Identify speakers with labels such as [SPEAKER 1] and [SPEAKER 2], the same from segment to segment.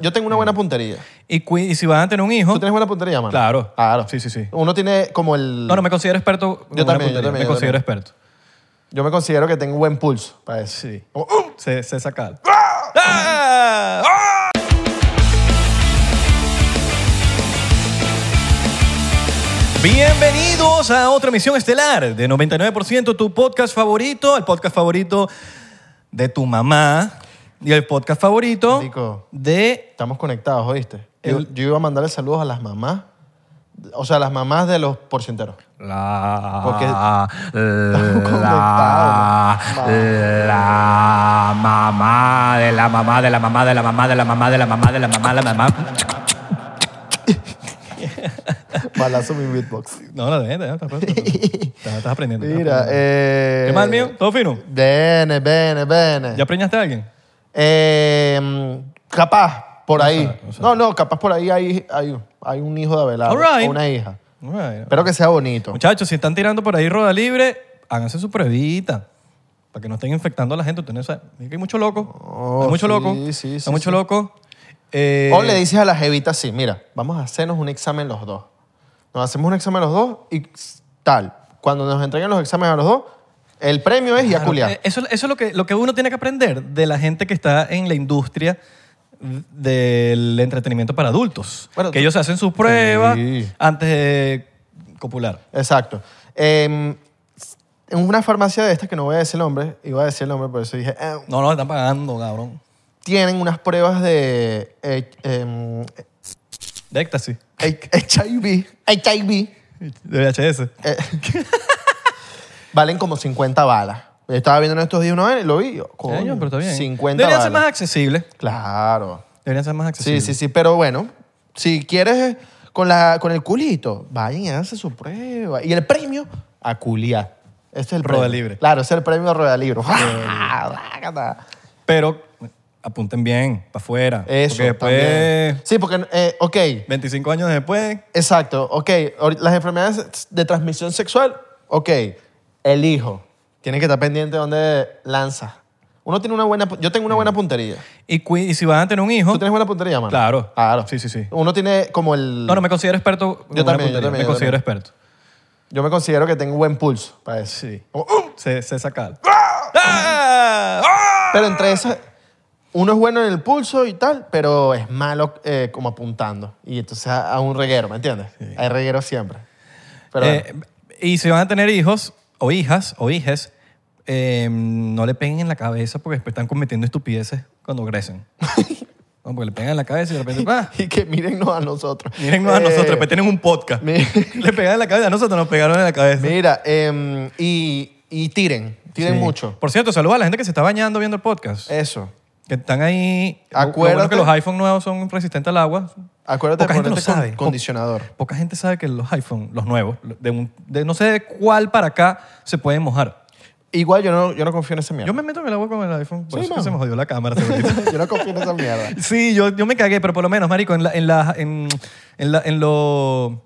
[SPEAKER 1] yo tengo una buena
[SPEAKER 2] Mm.
[SPEAKER 1] puntería.
[SPEAKER 2] Y, cu- y si van a tener un hijo.
[SPEAKER 1] ¿Tú tienes buena puntería, mano?
[SPEAKER 2] Claro.
[SPEAKER 1] Claro.
[SPEAKER 2] Sí, sí, sí.
[SPEAKER 1] Uno tiene como el...
[SPEAKER 2] No, no me considero experto. en
[SPEAKER 1] Yo
[SPEAKER 2] una
[SPEAKER 1] también, yo
[SPEAKER 2] puntería,
[SPEAKER 1] también,
[SPEAKER 2] Me
[SPEAKER 1] yo
[SPEAKER 2] considero experto.
[SPEAKER 1] Yo me considero que tengo buen pulso para eso.
[SPEAKER 2] Sí.
[SPEAKER 1] Como, ¡uh!
[SPEAKER 2] Sé, sé sacar. ¡Ah! ¡Ah! Bienvenidos a otra emisión estelar de 99%, tu podcast favorito, el podcast favorito de tu mamá y el podcast favorito
[SPEAKER 1] Marico.
[SPEAKER 2] de...
[SPEAKER 1] uh, Estamos conectados, ¿oíste? Yo, yo iba a mandarle saludos a las mamás, o sea, a las mamás de los porcenteros.
[SPEAKER 2] La,
[SPEAKER 1] Porque
[SPEAKER 2] Ah, la, eh.
[SPEAKER 1] conectados, man.
[SPEAKER 2] la mamá de la mamá de la mamá de la mamá de la mamá de la mamá de la mamá de la mamá.
[SPEAKER 1] Balazo mi beatbox.
[SPEAKER 2] No, no, déjate, déjate, déjate, déjate. estás, estás aprendiendo. estás
[SPEAKER 1] Mira,
[SPEAKER 2] aprendiendo.
[SPEAKER 1] eh...
[SPEAKER 2] ¿Qué más, mío? ¿Todo fino?
[SPEAKER 1] Bene, bene, bene.
[SPEAKER 2] ¿Ya preñaste a alguien?
[SPEAKER 1] Eh, mm, capaz, por ahí.
[SPEAKER 2] sabe, no sabe.
[SPEAKER 1] No, no, capaz por ahí hay, hay, hay un hijo de Abelardo
[SPEAKER 2] All right.
[SPEAKER 1] o una hija.
[SPEAKER 2] Bueno.
[SPEAKER 1] Espero que sea bonito.
[SPEAKER 2] Muchachos, si están tirando por ahí roda libre, háganse su pruebita. Para que no estén infectando a la gente. Ustedes no saben. Mira que Hay mucho loco.
[SPEAKER 1] Oh,
[SPEAKER 2] hay mucho
[SPEAKER 1] sí,
[SPEAKER 2] loco.
[SPEAKER 1] sí,
[SPEAKER 2] hay
[SPEAKER 1] sí,
[SPEAKER 2] mucho
[SPEAKER 1] sí.
[SPEAKER 2] loco. Eh,
[SPEAKER 1] O le dices a la jevita así, mira, vamos a hacernos un examen los dos. Nos hacemos un examen los dos y tal. Cuando nos entreguen los exámenes a los dos, el premio es
[SPEAKER 2] claro,
[SPEAKER 1] Yaculia.
[SPEAKER 2] eh, Eso, eso es lo que, lo que uno tiene que aprender de la gente que está en la industria del entretenimiento para adultos.
[SPEAKER 1] Bueno,
[SPEAKER 2] que
[SPEAKER 1] tú-
[SPEAKER 2] ellos hacen sus pruebas
[SPEAKER 1] Sí.
[SPEAKER 2] antes de copular.
[SPEAKER 1] Exacto. Eh, en una farmacia de estas, que no voy a decir el nombre, iba a decir el nombre, por eso dije, eh,
[SPEAKER 2] No, no, están pagando, cabrón.
[SPEAKER 1] tienen unas pruebas de eh, em,
[SPEAKER 2] De éxtasis.
[SPEAKER 1] H- HIV. HIV.
[SPEAKER 2] De VHS.
[SPEAKER 1] eh, valen como 50 balas. Yo estaba viendo en estos días una vez y lo vi. y yo, coño,
[SPEAKER 2] Coño, pero está bien.
[SPEAKER 1] 50
[SPEAKER 2] Deberían ser
[SPEAKER 1] balas.
[SPEAKER 2] más accesibles.
[SPEAKER 1] Claro.
[SPEAKER 2] Deberían ser más
[SPEAKER 1] Sí,
[SPEAKER 2] accesibles.
[SPEAKER 1] sí, sí, pero bueno, si quieres eh, con, la, con el culito, vayan y háganse su prueba. Y el premio, a culiar. Ese es el
[SPEAKER 2] Rueda
[SPEAKER 1] premio.
[SPEAKER 2] libre.
[SPEAKER 1] Claro, ese es el premio a rueda libre. Ah, Bácata.
[SPEAKER 2] Pero apunten bien, para afuera.
[SPEAKER 1] Eso.
[SPEAKER 2] Porque después,
[SPEAKER 1] también. Sí, porque, eh, ok,
[SPEAKER 2] 25 años después,
[SPEAKER 1] exacto, ok. ahorita Las enfermedades de transmisión sexual, ok, el hijo. Tiene que estar pendiente de dónde lanza. Uno tiene una buena, pu- yo tengo una
[SPEAKER 2] Mm.
[SPEAKER 1] buena puntería.
[SPEAKER 2] y, cu- y si van a tener un hijo...
[SPEAKER 1] ¿Tú tienes buena puntería, mano?
[SPEAKER 2] Claro.
[SPEAKER 1] Claro.
[SPEAKER 2] Sí, sí, sí.
[SPEAKER 1] Uno tiene como el...
[SPEAKER 2] No, no, me considero experto. en
[SPEAKER 1] Yo también, yo
[SPEAKER 2] una puntería.
[SPEAKER 1] también,
[SPEAKER 2] Me
[SPEAKER 1] yo
[SPEAKER 2] considero experto.
[SPEAKER 1] Yo me considero que tengo buen pulso para eso.
[SPEAKER 2] Sí.
[SPEAKER 1] Como, ¡uh!
[SPEAKER 2] Sé, sé sacar. ¡Ah! ¡Ah!
[SPEAKER 1] Pero entre esas, uno es bueno en el pulso y tal, pero es malo eh, como apuntando. Y entonces a, a un reguero, ¿me entiendes? Hay reguero siempre. Pero
[SPEAKER 2] Eh,
[SPEAKER 1] bueno,
[SPEAKER 2] y si van a tener hijos o hijas o hijes, eh, no le peguen en la cabeza porque después están cometiendo estupideces cuando crecen. no, porque le pegan en la cabeza y de repente, ah,
[SPEAKER 1] y que mírennos a nosotros.
[SPEAKER 2] miren a
[SPEAKER 1] Eh,
[SPEAKER 2] nosotros, después tienen un podcast.
[SPEAKER 1] mi-
[SPEAKER 2] le pegan en la cabeza, a nosotros nos pegaron en la cabeza.
[SPEAKER 1] Mira, em, y, y tiren, tiren
[SPEAKER 2] Sí.
[SPEAKER 1] mucho.
[SPEAKER 2] Por cierto, saludos a la gente que se está bañando viendo el podcast.
[SPEAKER 1] Eso.
[SPEAKER 2] que están ahí. Lo- lo
[SPEAKER 1] Acuérdate-
[SPEAKER 2] bueno que los iPhone nuevos son resistentes al agua.
[SPEAKER 1] Acuérdate de
[SPEAKER 2] Poca
[SPEAKER 1] ponerte
[SPEAKER 2] gente lo
[SPEAKER 1] con-
[SPEAKER 2] sabe.
[SPEAKER 1] condicionador.
[SPEAKER 2] Poca gente sabe que los iPhone, los nuevos, de, un- de no sé de cuál para acá, se pueden mojar.
[SPEAKER 1] Igual yo no, yo no confío en esa mierda.
[SPEAKER 2] Yo me meto en el agua con el iPhone, por
[SPEAKER 1] Sí,
[SPEAKER 2] eso es que
[SPEAKER 1] mano.
[SPEAKER 2] se me jodió la cámara. segurito.
[SPEAKER 1] yo no confío en esa mierda.
[SPEAKER 2] sí, yo, yo me cagué, pero por lo menos, marico, en la, en la, en, en la, en lo...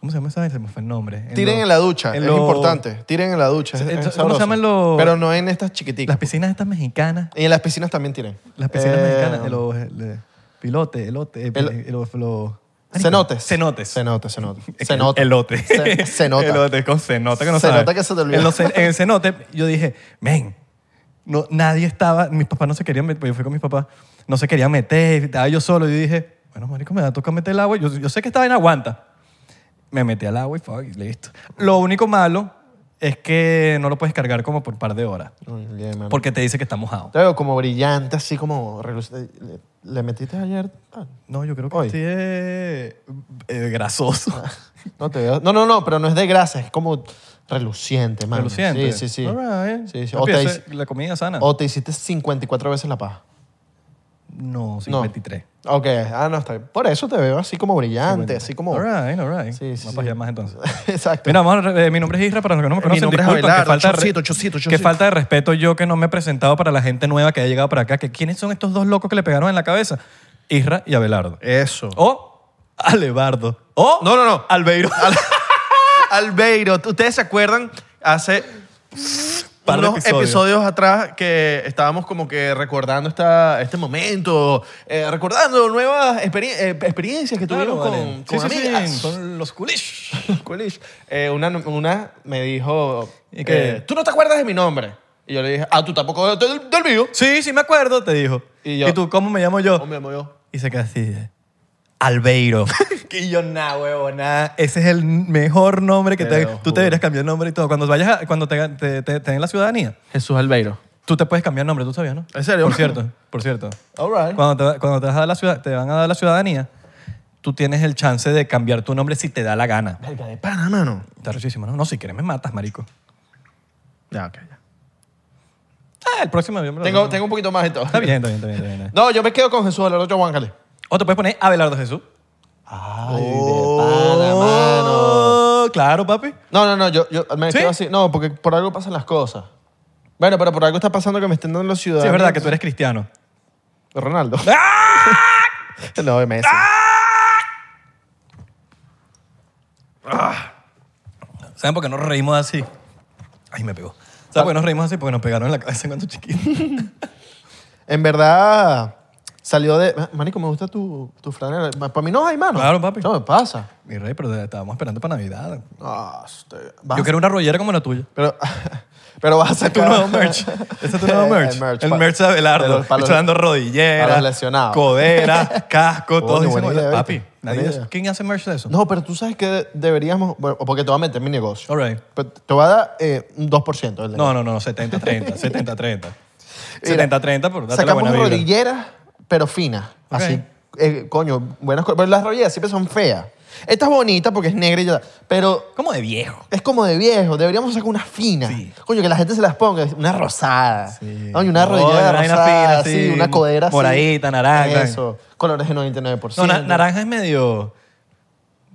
[SPEAKER 2] ¿Cómo se llama esa? Se me fue el nombre.
[SPEAKER 1] Tiren
[SPEAKER 2] lo-
[SPEAKER 1] en la ducha,
[SPEAKER 2] en
[SPEAKER 1] es
[SPEAKER 2] lo-
[SPEAKER 1] importante. Tiren en la ducha. es-
[SPEAKER 2] Eh,
[SPEAKER 1] es
[SPEAKER 2] ¿cómo se
[SPEAKER 1] sabroso.
[SPEAKER 2] llaman los-
[SPEAKER 1] Pero no en estas
[SPEAKER 2] Las
[SPEAKER 1] chiquiticas.
[SPEAKER 2] piscinas estas mexicanas.
[SPEAKER 1] Y en las piscinas también tiren.
[SPEAKER 2] Las piscinas
[SPEAKER 1] Eh,
[SPEAKER 2] mexicanas. Los, eh, pilote, elote, eh,
[SPEAKER 1] El-
[SPEAKER 2] eh, los... los-
[SPEAKER 1] Cenotes.
[SPEAKER 2] Cenotes.
[SPEAKER 1] Cenotes, cenotes.
[SPEAKER 2] Es que
[SPEAKER 1] Cenote.
[SPEAKER 2] Elote.
[SPEAKER 1] Ce- Cenota.
[SPEAKER 2] Elote con cenota que no
[SPEAKER 1] Cenota
[SPEAKER 2] sabe.
[SPEAKER 1] que se te olvidó.
[SPEAKER 2] En, los cen- en el cenote yo dije, men, no, nadie estaba, mis papás no se querían meter, yo fui con mis papás, no se querían meter, estaba yo solo. Y dije, bueno, marico, me da toca meter el agua. Yo, yo sé que estaba en aguanta. Me metí al agua y fuck, y listo. Lo único malo es que no lo puedes cargar como por un par de horas
[SPEAKER 1] Muy bien, mano.
[SPEAKER 2] porque te dice que está mojado.
[SPEAKER 1] Te veo como brillante, así como... reluce- ¿Le, le metiste ayer? ah, tal?
[SPEAKER 2] No, yo creo que
[SPEAKER 1] Hoy. Ah,
[SPEAKER 2] este es eh, grasoso.
[SPEAKER 1] No te veo. No, no, no, pero no es de grasa, es como reluciente, mano.
[SPEAKER 2] Reluciente.
[SPEAKER 1] Sí, sí, sí.
[SPEAKER 2] All right.
[SPEAKER 1] Sí, sí. O,
[SPEAKER 2] Papi,
[SPEAKER 1] te,
[SPEAKER 2] esa es La comida sana.
[SPEAKER 1] o te hiciste 54 veces la paja.
[SPEAKER 2] No,
[SPEAKER 1] No.
[SPEAKER 2] 53.
[SPEAKER 1] Ok, ah, no, está bien. Por eso te veo así como brillante, así como...
[SPEAKER 2] All right, all right.
[SPEAKER 1] Sí, sí,
[SPEAKER 2] Vamos a
[SPEAKER 1] sí.
[SPEAKER 2] pajear más entonces.
[SPEAKER 1] Exacto.
[SPEAKER 2] Mira, vamos a- eh, mi nombre es Isra, para los que no me
[SPEAKER 1] Mi
[SPEAKER 2] conocen,
[SPEAKER 1] nombre es
[SPEAKER 2] disculpen, que
[SPEAKER 1] Abelardo,
[SPEAKER 2] falta, de re-
[SPEAKER 1] chocito, chocito,
[SPEAKER 2] que
[SPEAKER 1] chocito.
[SPEAKER 2] falta de respeto yo que no me he presentado para la gente nueva que ha llegado para acá, que quiénes son estos dos locos que le pegaron en la cabeza, Isra y Abelardo.
[SPEAKER 1] Eso.
[SPEAKER 2] O Alebardo. O
[SPEAKER 1] No, no, no.
[SPEAKER 2] Albeiro.
[SPEAKER 1] Albeiro, ¿ustedes se acuerdan? Hace
[SPEAKER 2] par de
[SPEAKER 1] unos episodios. atrás que estábamos como que recordando esta, este momento, eh, recordando nuevas experien- eh, experiencias que
[SPEAKER 2] Claro,
[SPEAKER 1] tuvimos
[SPEAKER 2] vale.
[SPEAKER 1] con, con
[SPEAKER 2] Sí, sí, sí,
[SPEAKER 1] amigas.
[SPEAKER 2] Son los coolish.
[SPEAKER 1] Coolish. Eh, una, una me dijo,
[SPEAKER 2] ¿Y qué?
[SPEAKER 1] eh, tú no te acuerdas de mi nombre. Y yo le dije, ah, tú tampoco te- del, del mío.
[SPEAKER 2] Sí, sí, me acuerdo, te dijo.
[SPEAKER 1] Y yo-
[SPEAKER 2] tú cómo me llamo yo?
[SPEAKER 1] Oh, mi amor, yo.
[SPEAKER 2] Y se queda así. de, Albeiro. y yo, nah, huevo, nah. Ese es el mejor nombre que
[SPEAKER 1] Te lo
[SPEAKER 2] te, Tú
[SPEAKER 1] juro.
[SPEAKER 2] te deberías cambiar el nombre y todo. Cuando vayas a- cuando te, te, te- te den la ciudadanía,
[SPEAKER 1] Jesús Albeiro.
[SPEAKER 2] tú te puedes cambiar el nombre, tú sabías, ¿no?
[SPEAKER 1] ¿En serio?
[SPEAKER 2] Por cierto, por cierto.
[SPEAKER 1] All right.
[SPEAKER 2] Cuando te, cuando te, vas a dar la ciudad, te van a dar la ciudadanía, tú tienes el chance de cambiar tu nombre si te da la gana.
[SPEAKER 1] Verga de pana, mano.
[SPEAKER 2] Está rechísimo, ¿no? No, si quieres me matas, marico.
[SPEAKER 1] Ya, ok, ya.
[SPEAKER 2] Ah, el próximo yo me lo
[SPEAKER 1] Tengo,
[SPEAKER 2] doy.
[SPEAKER 1] tengo un poquito más y todo.
[SPEAKER 2] Está bien, está bien, está bien. Está bien, está bien.
[SPEAKER 1] No, yo me quedo con Jesús Alberto Huáncale.
[SPEAKER 2] O te puedes poner Abelardo Jesús.
[SPEAKER 1] Ay,
[SPEAKER 2] Oh, Claro, papi.
[SPEAKER 1] No, no, no, yo, yo me
[SPEAKER 2] ¿Sí?
[SPEAKER 1] quedo así. No, porque por algo pasan las cosas. Bueno, pero por algo está pasando que me estén dando los
[SPEAKER 2] Sí,
[SPEAKER 1] ciudadanos.
[SPEAKER 2] es verdad que tú ¡Ah! eres cristiano.
[SPEAKER 1] Ronaldo. no, de Messi.
[SPEAKER 2] ¡Ah! ¿Saben por qué nos reímos así? Ay, me pegó. ¿Saben por qué nos reímos así? Porque nos pegaron en la cabeza cuando chiquitos.
[SPEAKER 1] En verdad, salió de... Manico, me gusta tu, tu franela. Para mí no hay mano.
[SPEAKER 2] Claro, papi.
[SPEAKER 1] No, me pasa.
[SPEAKER 2] Mi rey, pero te- estábamos esperando para Navidad.
[SPEAKER 1] Ah, este- vas-
[SPEAKER 2] Yo quiero una rollera como la tuya.
[SPEAKER 1] Pero, pero vas a
[SPEAKER 2] Tu
[SPEAKER 1] sacar...
[SPEAKER 2] nuevo merch. Ese es tu nuevo
[SPEAKER 1] El
[SPEAKER 2] merch. El merch,
[SPEAKER 1] merch, pa-
[SPEAKER 2] de Abelardo.
[SPEAKER 1] de los- para los-
[SPEAKER 2] Estoy dando
[SPEAKER 1] para
[SPEAKER 2] rodillera,
[SPEAKER 1] los lesionados.
[SPEAKER 2] codera, casco,
[SPEAKER 1] Coño,
[SPEAKER 2] todo. Dicen,
[SPEAKER 1] buena idea,
[SPEAKER 2] papi,
[SPEAKER 1] ¿viste?
[SPEAKER 2] nadie
[SPEAKER 1] Buena
[SPEAKER 2] hace-
[SPEAKER 1] idea.
[SPEAKER 2] ¿quién hace merch de eso?
[SPEAKER 1] No, pero tú sabes que de- deberíamos... Bueno, porque te voy a meter en mi negocio.
[SPEAKER 2] All right.
[SPEAKER 1] Pero te voy a dar eh, un 2%. del
[SPEAKER 2] No, no, no, 70-30, 70-30.
[SPEAKER 1] Mira,
[SPEAKER 2] 70-30 por darte la
[SPEAKER 1] Sacamos
[SPEAKER 2] buena vibra.
[SPEAKER 1] rodilleras, pero finas.
[SPEAKER 2] Ok.
[SPEAKER 1] Así, eh, coño, buenas cosas. Pero las rodilleras siempre son feas. Esta es bonita porque es negra y ya. Pero
[SPEAKER 2] Como de viejo.
[SPEAKER 1] es como de viejo. Deberíamos sacar unas finas.
[SPEAKER 2] Sí.
[SPEAKER 1] Coño, que la gente se las ponga. Una rosada.
[SPEAKER 2] Sí.
[SPEAKER 1] Coño, una
[SPEAKER 2] Coño,
[SPEAKER 1] rodillera
[SPEAKER 2] una vaina fina,
[SPEAKER 1] rosada. sí.
[SPEAKER 2] sí.
[SPEAKER 1] una codera así.
[SPEAKER 2] Moradita, naranja.
[SPEAKER 1] Eso. Colores de 99%.
[SPEAKER 2] No, na- naranja es medio,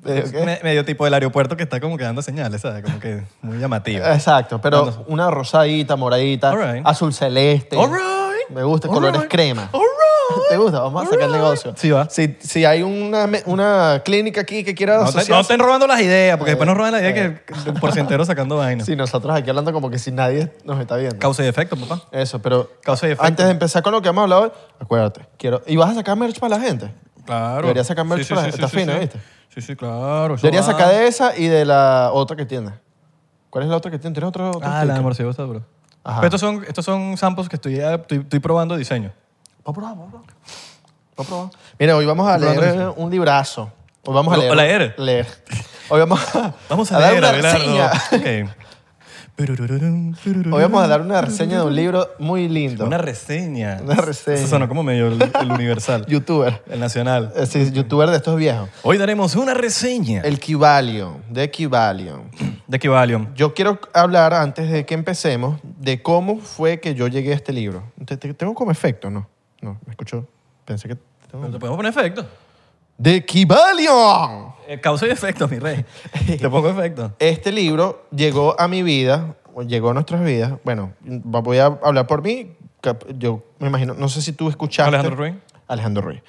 [SPEAKER 1] Eh, ¿qué?
[SPEAKER 2] me- medio tipo del aeropuerto que está como que dando señales, ¿sabes? Como que muy
[SPEAKER 1] Ah,
[SPEAKER 2] llamativa.
[SPEAKER 1] Exacto. Pero
[SPEAKER 2] No, no.
[SPEAKER 1] una rosadita, moradita,
[SPEAKER 2] All right.
[SPEAKER 1] azul celeste.
[SPEAKER 2] All right.
[SPEAKER 1] Me gusta.
[SPEAKER 2] All
[SPEAKER 1] colores
[SPEAKER 2] right.
[SPEAKER 1] crema.
[SPEAKER 2] All right.
[SPEAKER 1] ¿Te gusta? Vamos a sacar el
[SPEAKER 2] Alright.
[SPEAKER 1] negocio.
[SPEAKER 2] Sí, va.
[SPEAKER 1] Si, si hay una, me- una clínica aquí que quiera
[SPEAKER 2] No, te- no
[SPEAKER 1] asociarse...
[SPEAKER 2] estén robando las ideas, porque después nos roban la idea que que un porcientero sacando vainas.
[SPEAKER 1] Eh, Sí, nosotros aquí hablando como que si nadie nos está viendo.
[SPEAKER 2] Causa y efecto, papá.
[SPEAKER 1] Eso, pero
[SPEAKER 2] Causa y efecto.
[SPEAKER 1] antes de empezar con lo que hemos hablado hoy, acuérdate, quiero... ¿Y vas a sacar merch para la gente?
[SPEAKER 2] Claro.
[SPEAKER 1] Debería sacar merch para- está fino, ¿viste?
[SPEAKER 2] Sí, sí, claro. eso
[SPEAKER 1] Debería
[SPEAKER 2] va.
[SPEAKER 1] sacar de esa y de la otra que tiene. ¿Cuál es la otra que tiene? ¿Tienes otro, otro
[SPEAKER 2] Ah, la
[SPEAKER 1] sticker?
[SPEAKER 2] de Morcego está duro.
[SPEAKER 1] Ajá.
[SPEAKER 2] Pero estos son, estos son samples que estoy, eh, estoy, estoy probando diseño.
[SPEAKER 1] Vamos a probar, vamos a probar. Vamos a probar. Mira, hoy vamos a leer eh, un librazo. Hoy vamos a
[SPEAKER 2] ¿Lo-
[SPEAKER 1] leer.
[SPEAKER 2] leer?
[SPEAKER 1] Leer. Hoy vamos a,
[SPEAKER 2] Vamos a,
[SPEAKER 1] dar
[SPEAKER 2] leer,
[SPEAKER 1] una reseña.
[SPEAKER 2] Abelardo. Ok. Perurururum, perurururum.
[SPEAKER 1] Hoy vamos a dar una reseña de un libro muy lindo.
[SPEAKER 2] Una reseña.
[SPEAKER 1] Una reseña.
[SPEAKER 2] Eso sonó como medio el, el universal,
[SPEAKER 1] youtuber.
[SPEAKER 2] el nacional.
[SPEAKER 1] Eh, Sí, youtuber de estos viejos.
[SPEAKER 2] Hoy daremos una reseña
[SPEAKER 1] El Kivalion, de Kivalion.
[SPEAKER 2] de Kivalion.
[SPEAKER 1] Yo quiero hablar, antes de que empecemos, de cómo fue que yo llegué a este libro. Te- te- Tengo como efecto, ¿no? No, me escuchó. Pensé que...
[SPEAKER 2] Pero Te podemos poner efecto.
[SPEAKER 1] ¡De Kivalion!
[SPEAKER 2] Eh, causa y efecto, mi rey. Te pongo efecto.
[SPEAKER 1] Este libro llegó a mi vida, o llegó a nuestras vidas. Bueno, va- voy a hablar por mí. Cap- Yo me imagino, no sé si tú escuchaste.
[SPEAKER 2] Alejandro Ruiz.
[SPEAKER 1] Alejandro Ruiz.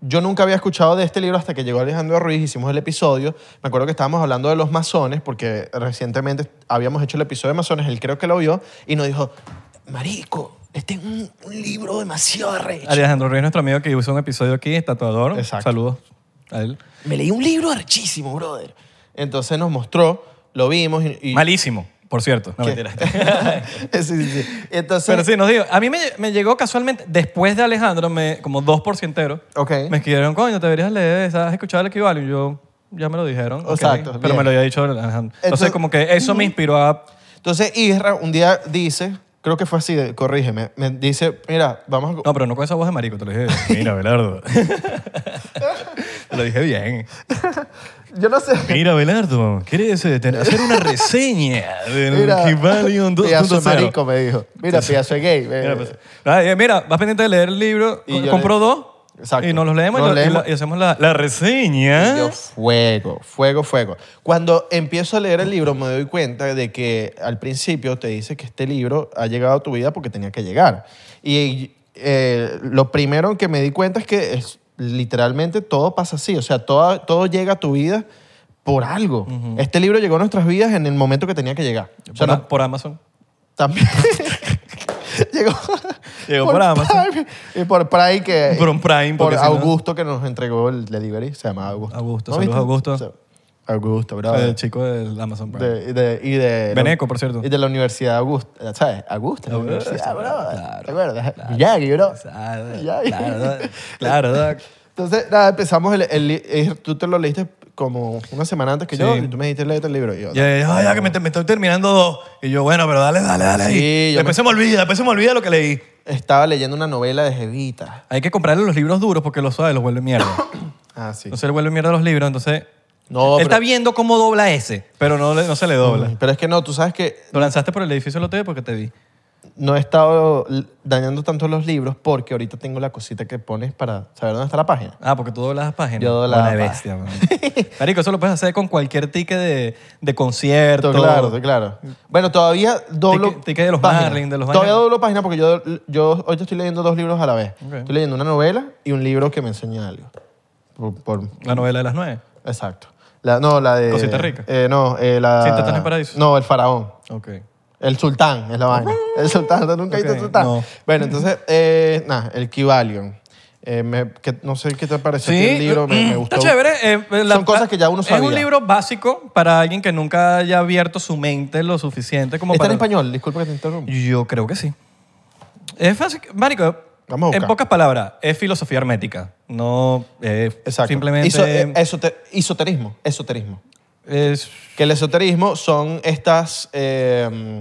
[SPEAKER 1] Yo nunca había escuchado de este libro hasta que llegó Alejandro Ruiz, hicimos el episodio. Me acuerdo que estábamos hablando de los masones, porque recientemente habíamos hecho el episodio de masones, él creo que lo vio, y nos dijo, marico, este es un, un libro demasiado arrecho.
[SPEAKER 2] Alejandro Ruiz, nuestro amigo que hizo un episodio aquí, es tatuador.
[SPEAKER 1] Exacto.
[SPEAKER 2] Saludos a él.
[SPEAKER 1] Me leí un libro arrechísimo, brother. Entonces nos mostró, lo vimos y... y-
[SPEAKER 2] Malísimo, por cierto. No,
[SPEAKER 1] ¿Qué?
[SPEAKER 2] mentira.
[SPEAKER 1] sí, sí, sí. Entonces...
[SPEAKER 2] Pero sí, nos digo, a mí me, me llegó casualmente, después de Alejandro, me, como 2%ero,
[SPEAKER 1] Ok.
[SPEAKER 2] me escribieron, coño, te deberías leer, esa, ¿has escuchado el equivalente? Y yo, ya me lo dijeron. ok,
[SPEAKER 1] Exacto,
[SPEAKER 2] Pero
[SPEAKER 1] bien.
[SPEAKER 2] me lo había dicho Alejandro. Entonces,
[SPEAKER 1] Entonces-
[SPEAKER 2] como que eso me inspiró a...
[SPEAKER 1] Entonces Isra un día dice, creo que fue así, de- corrígeme, me dice, mira, vamos a...
[SPEAKER 2] No, pero no con esa voz de marico, te lo dije. Mira, Belardo. te lo dije bien.
[SPEAKER 1] Yo no sé.
[SPEAKER 2] Mira, Belardo, ¿quieres eh, ten- hacer una reseña del Kivalion 2.0?
[SPEAKER 1] Piazo es marico, me dijo. Mira,
[SPEAKER 2] Entonces-
[SPEAKER 1] Piazo es gay. me-
[SPEAKER 2] Mira, pues, nada, eh, mira, vas pendiente de leer el libro,
[SPEAKER 1] Y yo
[SPEAKER 2] compro
[SPEAKER 1] le-
[SPEAKER 2] dos
[SPEAKER 1] Exacto.
[SPEAKER 2] y nos los leemos, y
[SPEAKER 1] Nos
[SPEAKER 2] lo- y,
[SPEAKER 1] leemos.
[SPEAKER 2] la- y hacemos la, la reseña.
[SPEAKER 1] Y yo, fuego, fuego, fuego. Cuando empiezo a leer el libro me doy cuenta de que al principio te dice que este libro ha llegado a tu vida porque tenía que llegar. Y eh, lo primero que me di cuenta es que es, literalmente todo pasa así. O sea, todo, todo llega a tu vida por algo. Este libro llegó a nuestras vidas en el momento que tenía que llegar. O sea,
[SPEAKER 2] por,
[SPEAKER 1] no-
[SPEAKER 2] por Amazon.
[SPEAKER 1] También. Llegó,
[SPEAKER 2] Llegó por Amazon.
[SPEAKER 1] Prime y por Prime que...
[SPEAKER 2] Por un Prime,
[SPEAKER 1] Por
[SPEAKER 2] porque si no-
[SPEAKER 1] Augusto que nos entregó el delivery. Se llama Augusto.
[SPEAKER 2] Augusto,
[SPEAKER 1] ¿No
[SPEAKER 2] saludos,
[SPEAKER 1] viste?
[SPEAKER 2] Augusto.
[SPEAKER 1] O sea, Augusto, bro.
[SPEAKER 2] El chico del Amazon Prime.
[SPEAKER 1] De- y de- y de-
[SPEAKER 2] Beneco, por cierto.
[SPEAKER 1] Y de la Universidad de Augusta. ¿Sabes? Augusta, la
[SPEAKER 2] Augusta,
[SPEAKER 1] universidad, bro.
[SPEAKER 2] claro,
[SPEAKER 1] ¿Te acuerdas? Miyagi, bro.
[SPEAKER 2] Claro,
[SPEAKER 1] Miyagi.
[SPEAKER 2] claro, doc. claro, doc.
[SPEAKER 1] Entonces, nada, empezamos el, el li- eh, Tú te lo leíste como una semana antes que
[SPEAKER 2] Sí.
[SPEAKER 1] yo y tú me dijiste, léete el libro. Y yo,
[SPEAKER 2] Y ella, "Ay, ya que me, te- me estoy terminando dos. Y yo, bueno, pero dale, dale, dale. ahí.
[SPEAKER 1] Sí, yo
[SPEAKER 2] después se me olvida, después se me olvida lo que leí.
[SPEAKER 1] estaba leyendo una novela de Jevita.
[SPEAKER 2] Hay que comprarle los libros duros porque los suaves los vuelve mierda.
[SPEAKER 1] Ah, sí.
[SPEAKER 2] Entonces le vuelve mierda los libros, entonces...
[SPEAKER 1] No,
[SPEAKER 2] él
[SPEAKER 1] pero-
[SPEAKER 2] está pues. viendo cómo dobla ese, pero no, le- no se le dobla.
[SPEAKER 1] Pero es que no, tú sabes que
[SPEAKER 2] Lo lanzaste por el edificio del hotel porque te vi.
[SPEAKER 1] no he estado l- dañando tanto los libros porque ahorita tengo la cosita que pones para saber dónde está la página.
[SPEAKER 2] Ah, porque tú doblas páginas.
[SPEAKER 1] Yo doblaba
[SPEAKER 2] Una bestia, man. Marico, eso lo puedes hacer con cualquier ticket de, de concierto.
[SPEAKER 1] Claro, claro. Bueno, todavía doblo.
[SPEAKER 2] Ticket- ticket de los
[SPEAKER 1] página.
[SPEAKER 2] Marlin, de los
[SPEAKER 1] Todavía
[SPEAKER 2] vainas.
[SPEAKER 1] doblo página porque yo, yo hoy estoy leyendo dos libros a la vez.
[SPEAKER 2] Ok.
[SPEAKER 1] Estoy leyendo una novela y un libro que me enseña algo. Por, por-
[SPEAKER 2] La novela de las nueve.
[SPEAKER 1] exacto. La, no, la de.
[SPEAKER 2] Cosita rica.
[SPEAKER 1] eh, no, eh, la.
[SPEAKER 2] Sin en el paraíso.
[SPEAKER 1] No, El Faraón.
[SPEAKER 2] Ok.
[SPEAKER 1] El sultán es la vaina. El sultán, ¿tú nunca viste
[SPEAKER 2] Ok,
[SPEAKER 1] el sultán.
[SPEAKER 2] no.
[SPEAKER 1] Bueno, entonces, eh, nada, el Kivalion. Eh, me- que- no sé qué te pareció a ti Este el libro, me, me gustó.
[SPEAKER 2] Está chévere. eh, eh, la-
[SPEAKER 1] Son cosas que ya uno
[SPEAKER 2] Es
[SPEAKER 1] sabía.
[SPEAKER 2] un libro básico para alguien que nunca haya abierto su mente lo suficiente como
[SPEAKER 1] Está
[SPEAKER 2] para...
[SPEAKER 1] en español, disculpa que te interrumpa.
[SPEAKER 2] Yo creo que sí. Es fácil. Marico,
[SPEAKER 1] Vamos a buscar.
[SPEAKER 2] en pocas palabras, es filosofía hermética. No es
[SPEAKER 1] Exacto.
[SPEAKER 2] simplemente...
[SPEAKER 1] Iso- eh, esote- esoterismo, esoterismo.
[SPEAKER 2] es-
[SPEAKER 1] Que el esoterismo son estas, eh,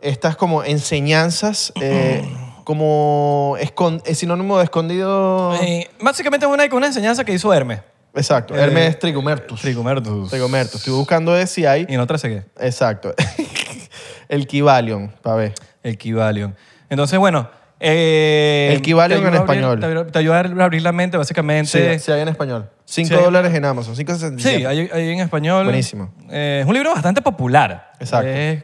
[SPEAKER 1] estas como enseñanzas, eh,
[SPEAKER 2] Mm.
[SPEAKER 1] como escon- es sinónimo de escondido.
[SPEAKER 2] eh, básicamente es una, una enseñanza que hizo Hermes.
[SPEAKER 1] Exacto,
[SPEAKER 2] eh,
[SPEAKER 1] Hermes Trigumertus.
[SPEAKER 2] Trigomertus.
[SPEAKER 1] Trigumertus. Estoy buscando de si hay.
[SPEAKER 2] Y no trasegué.
[SPEAKER 1] Exacto. el Kivalion, para ver.
[SPEAKER 2] El Kivalion. Entonces, bueno. eh,
[SPEAKER 1] El Kivalion
[SPEAKER 2] te ayuda
[SPEAKER 1] en
[SPEAKER 2] a abrir-
[SPEAKER 1] español.
[SPEAKER 2] Te ayuda, te ayuda a abrir la mente, básicamente.
[SPEAKER 1] Sí, sí hay en español. 5
[SPEAKER 2] Sí hay-
[SPEAKER 1] dólares en Amazon, 5.67.
[SPEAKER 2] Sí, hay, hay en español.
[SPEAKER 1] Buenísimo.
[SPEAKER 2] Eh, es un libro bastante popular.
[SPEAKER 1] Exacto.
[SPEAKER 2] Es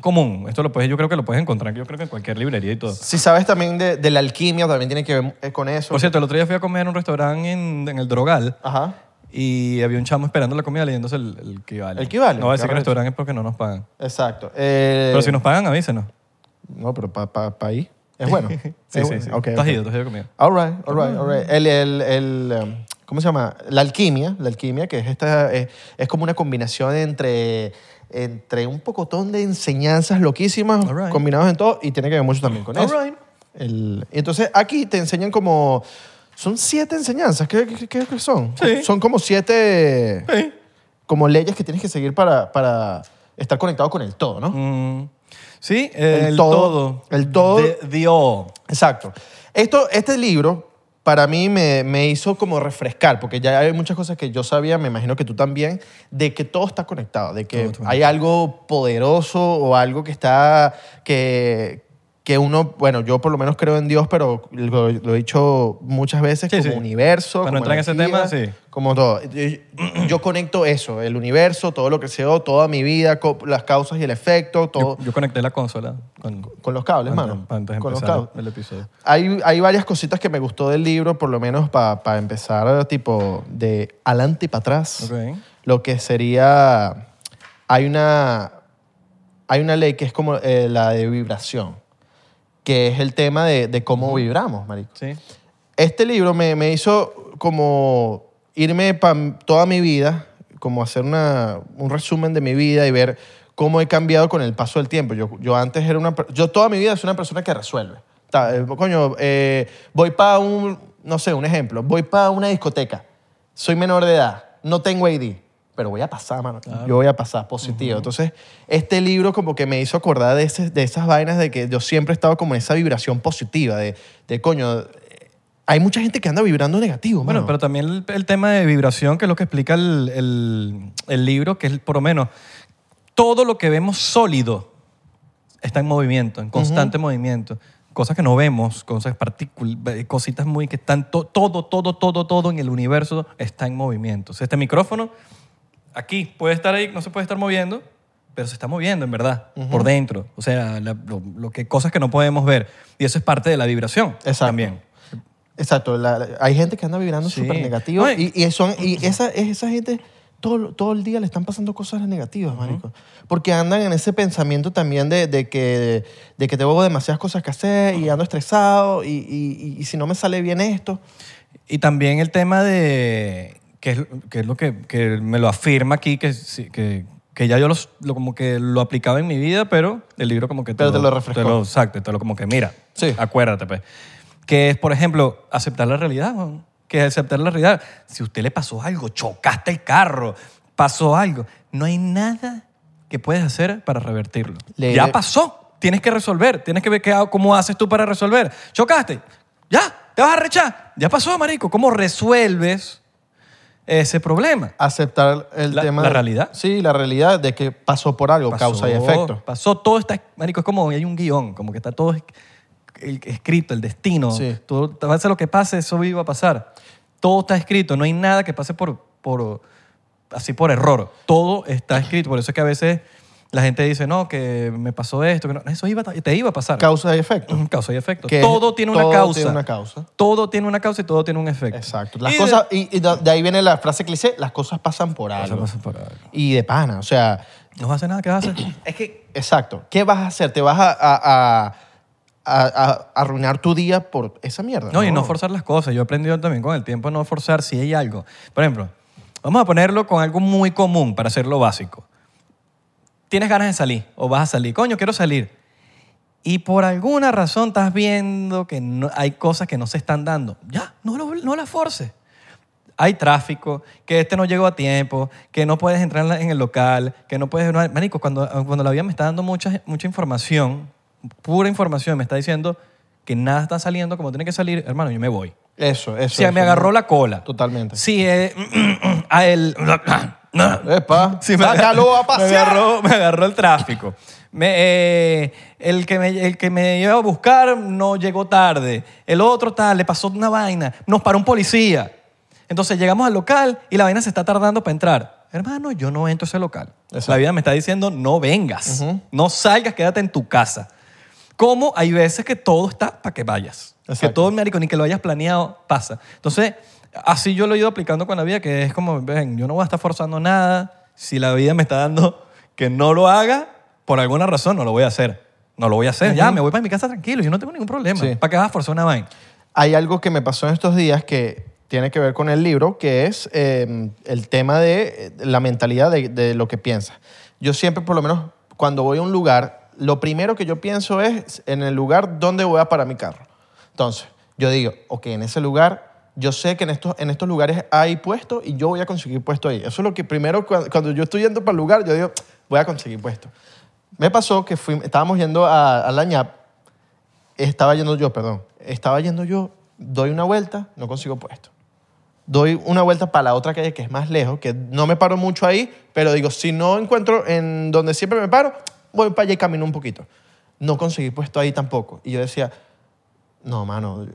[SPEAKER 2] común. Esto lo puedes, yo creo que lo puedes encontrar, yo creo que en cualquier librería y todo.
[SPEAKER 1] Si sabes también de, de la alquimia, también tiene que ver eh, con eso.
[SPEAKER 2] Por cierto, el otro día fui a comer a un restaurante en, en el Drogal
[SPEAKER 1] Ajá.
[SPEAKER 2] y había un chamo esperando la comida leyéndose el, el Kivalion.
[SPEAKER 1] El Kivalion,
[SPEAKER 2] No voy a decir
[SPEAKER 1] qué
[SPEAKER 2] que
[SPEAKER 1] arrecho.
[SPEAKER 2] restaurante es porque no nos pagan.
[SPEAKER 1] Exacto. Eh,
[SPEAKER 2] Pero si nos pagan, avísenos.
[SPEAKER 1] No, pero para pa, pa ahí. Es bueno.
[SPEAKER 2] Sí,
[SPEAKER 1] Es
[SPEAKER 2] sí,
[SPEAKER 1] bueno.
[SPEAKER 2] sí.
[SPEAKER 1] Ok,
[SPEAKER 2] Tú
[SPEAKER 1] ok.
[SPEAKER 2] has ido, tú has ido a comer.
[SPEAKER 1] All right, all right, all right. El, el, el, um, ¿Cómo se llama? La alquimia. La alquimia, que es, esta, es, es como una combinación entre, entre un pocotón de enseñanzas loquísimas
[SPEAKER 2] All right.
[SPEAKER 1] combinados en todo y tiene que ver mucho también con
[SPEAKER 2] All
[SPEAKER 1] eso.
[SPEAKER 2] right.
[SPEAKER 1] El- entonces, aquí te enseñan como... Son siete enseñanzas. ¿Qué, qué, qué- qué son?
[SPEAKER 2] Sí.
[SPEAKER 1] Son como siete... Como leyes que tienes que seguir para, para estar conectado con el todo, ¿no?
[SPEAKER 2] Mm, sí, eh,
[SPEAKER 1] El
[SPEAKER 2] el,
[SPEAKER 1] todo.
[SPEAKER 2] todo,
[SPEAKER 1] El todo.
[SPEAKER 2] The, the all.
[SPEAKER 1] Exacto. Esto, este libro para mí me, me hizo como refrescar, porque ya hay muchas cosas que yo sabía, me imagino que tú también, de que todo está conectado, de que
[SPEAKER 2] Todo está
[SPEAKER 1] hay algo poderoso o algo que está, que, que uno, bueno, yo por lo menos creo en Dios, pero lo, lo he dicho muchas veces,
[SPEAKER 2] Sí,
[SPEAKER 1] como
[SPEAKER 2] sí.
[SPEAKER 1] universo.
[SPEAKER 2] Para no
[SPEAKER 1] como
[SPEAKER 2] entrar en ese
[SPEAKER 1] energía,
[SPEAKER 2] tema, sí.
[SPEAKER 1] Como todo. Yo, yo conecto eso, el universo, todo lo que se dio, toda mi vida, co- las causas y el efecto, todo.
[SPEAKER 2] Yo, yo conecté la consola con,
[SPEAKER 1] con los cables,
[SPEAKER 2] antes-
[SPEAKER 1] mano.
[SPEAKER 2] antes de
[SPEAKER 1] con los
[SPEAKER 2] empezar
[SPEAKER 1] cables.
[SPEAKER 2] el episodio.
[SPEAKER 1] Hay, hay varias cositas que me gustó del libro, por lo menos para empezar, tipo, de adelante y para atrás.
[SPEAKER 2] Ok.
[SPEAKER 1] Lo que sería. Hay una. Hay una ley que es como eh, la de vibración, que es el tema de, de cómo vibramos, marico.
[SPEAKER 2] Sí.
[SPEAKER 1] Este libro me, me hizo como irme para toda mi vida, como hacer una- un resumen de mi vida y ver cómo he cambiado con el paso del tiempo. Yo, yo antes era una... per- Yo toda mi vida soy una persona que resuelve. Ta- eh, Coño, eh, voy para un... No sé, un ejemplo. Voy para una discoteca. Soy menor de edad. No tengo ID. Pero voy a pasar, mano. Yo voy a pasar positivo. Entonces, este libro como que me hizo acordar de, ese- de esas vainas de que yo siempre he estado como en esa vibración positiva de, de coño, hay mucha gente que anda vibrando negativo,
[SPEAKER 2] Bueno,
[SPEAKER 1] mano.
[SPEAKER 2] pero también el, el tema de vibración, que es lo que explica el, el- el libro, que es por lo menos todo lo que vemos sólido está en movimiento, en constante movimiento. Cosas que no vemos, cosas partículas, cositas muy que están to- todo, todo, todo, todo en el universo está en movimiento. O sea, este micrófono aquí puede estar ahí, no se puede estar moviendo, pero se está moviendo en verdad, por dentro. O sea, la- lo, lo que, cosas que no podemos ver. Y eso es parte de la vibración
[SPEAKER 1] Exacto.
[SPEAKER 2] también.
[SPEAKER 1] Exacto, la- la- hay gente que anda vibrando
[SPEAKER 2] Sí.
[SPEAKER 1] súper negativo
[SPEAKER 2] No,
[SPEAKER 1] y,
[SPEAKER 2] y-
[SPEAKER 1] y son, y esa, esa gente todo, todo el día le están pasando cosas negativas, marico. Porque andan en ese pensamiento también de, de que, de que tengo demasiadas cosas que hacer y ando estresado y, y- y- y si no me sale bien esto.
[SPEAKER 2] Y también el tema de, que es, que es lo que, que me lo afirma aquí, que, sí- que, que ya yo los- lo, como que lo aplicaba en mi vida, pero el libro como que
[SPEAKER 1] Pero te lo refrescó.
[SPEAKER 2] exacto, te lo como que mira,
[SPEAKER 1] Sí.
[SPEAKER 2] acuérdate pues. Que es, por ejemplo, aceptar la realidad, weón. que es aceptar la realidad. Si a usted le pasó algo, chocaste el carro, pasó algo, no hay nada que puedes hacer para revertirlo.
[SPEAKER 1] Le-
[SPEAKER 2] ya pasó. Tienes que resolver. Tienes que ver qué, cómo haces tú para resolver. Chocaste. Ya, te vas a rechar. Ya pasó, marico. ¿Cómo resuelves ese problema?
[SPEAKER 1] Aceptar el
[SPEAKER 2] La-
[SPEAKER 1] tema.
[SPEAKER 2] la
[SPEAKER 1] de-
[SPEAKER 2] realidad.
[SPEAKER 1] Sí, la realidad de que pasó por algo, causa y
[SPEAKER 2] Pasó,
[SPEAKER 1] efecto.
[SPEAKER 2] Pasó, todo está, marico, es como hay un guión, como que está todo es- el- escrito, el destino.
[SPEAKER 1] Sí.
[SPEAKER 2] Todo, pase lo que pase, eso iba a pasar. Todo está escrito, no hay nada que pase por, por así por error. Todo está escrito, por eso es que a veces la gente dice, no, que me pasó esto, que no, eso iba, a- te iba a pasar.
[SPEAKER 1] Causa y efecto.
[SPEAKER 2] Ujú, causa y efecto.
[SPEAKER 1] Que
[SPEAKER 2] todo
[SPEAKER 1] es-
[SPEAKER 2] tiene
[SPEAKER 1] todo
[SPEAKER 2] una causa.
[SPEAKER 1] tiene una causa.
[SPEAKER 2] Todo tiene una causa y todo tiene un efecto.
[SPEAKER 1] Exacto. Las
[SPEAKER 2] Y de-
[SPEAKER 1] cosas, y, y de de ahí viene la frase cliché, las cosas pasan por algo.
[SPEAKER 2] Pasan por algo.
[SPEAKER 1] Y de pana, o sea,
[SPEAKER 2] No vas a hacer nada, ¿qué vas a hacer?
[SPEAKER 1] Es que, exacto. ¿Qué vas a hacer? ¿Te vas a, a- a- a- a- a arruinar tu día por esa mierda?
[SPEAKER 2] No, y no forzar las cosas. Yo he aprendido también con el tiempo a no forzar si hay algo. Por ejemplo, vamos a ponerlo con algo muy común para hacerlo básico. Tienes ganas de salir o vas a salir. Coño, quiero salir. Y por alguna razón estás viendo que no- hay cosas que no se están dando. Ya, no, lo- no las forces. Hay tráfico, que este no llegó a tiempo, que no puedes entrar en, la- en el local, que no puedes... no- Marico, cuando, cuando la vida me está dando mucha, mucha información, pura información, me está diciendo que nada está saliendo como tiene que salir, hermano, yo me voy.
[SPEAKER 1] Eso, eso.
[SPEAKER 2] Si
[SPEAKER 1] eso,
[SPEAKER 2] me
[SPEAKER 1] ¿no?
[SPEAKER 2] agarró la cola.
[SPEAKER 1] Totalmente.
[SPEAKER 2] Si eh, a él...
[SPEAKER 1] Epa,
[SPEAKER 2] Sí,
[SPEAKER 1] sácalo a
[SPEAKER 2] me
[SPEAKER 1] pasear.
[SPEAKER 2] agarró, me agarró el tráfico. Me, eh, el, que me, el que me iba a buscar no llegó tarde. El otro tal, le pasó una vaina. Nos paró un policía. Entonces llegamos al local y la vaina se está tardando para entrar. Hermano, yo no entro a ese local.
[SPEAKER 1] Exacto.
[SPEAKER 2] La vida me está diciendo, no vengas.
[SPEAKER 1] Ujú.
[SPEAKER 2] No salgas, quédate en tu casa. Como hay veces que todo está para que vayas. Que
[SPEAKER 1] Exacto.
[SPEAKER 2] todo, Oh, marico, ni que lo hayas planeado, pasa. Entonces, así yo lo he ido aplicando con la vida, que es como, ven, yo no voy a estar forzando nada. Si la vida me está dando que no lo haga, por alguna razón no lo voy a hacer. No lo voy a hacer. Ya, me voy para mi casa tranquilo. Yo no tengo ningún problema.
[SPEAKER 1] Sí.
[SPEAKER 2] ¿Para qué vas a forzar una vaina?
[SPEAKER 1] Hay algo que me pasó en estos días que tiene que ver con el libro, que es eh, el tema de eh, la mentalidad de, de lo que piensas. Yo siempre, por lo menos, cuando voy a un lugar, lo primero que yo pienso es en el lugar donde voy a parar mi carro. Entonces, yo digo, ok, en ese lugar, yo sé que en estos, en estos lugares hay puesto y yo voy a conseguir puesto ahí. Eso es lo que primero, cua- cuando yo estoy yendo para el lugar, yo digo, voy a conseguir puesto. Me pasó que fui- estábamos yendo a, a la ñap estaba yendo yo, perdón. Estaba yendo yo, doy una vuelta, no consigo puesto. Doy una vuelta para la otra calle que es más lejos, que no me paro mucho ahí, pero digo, si no encuentro en donde siempre me paro, voy para allá y camino un poquito. No conseguí puesto ahí tampoco. Y yo decía, no, mano,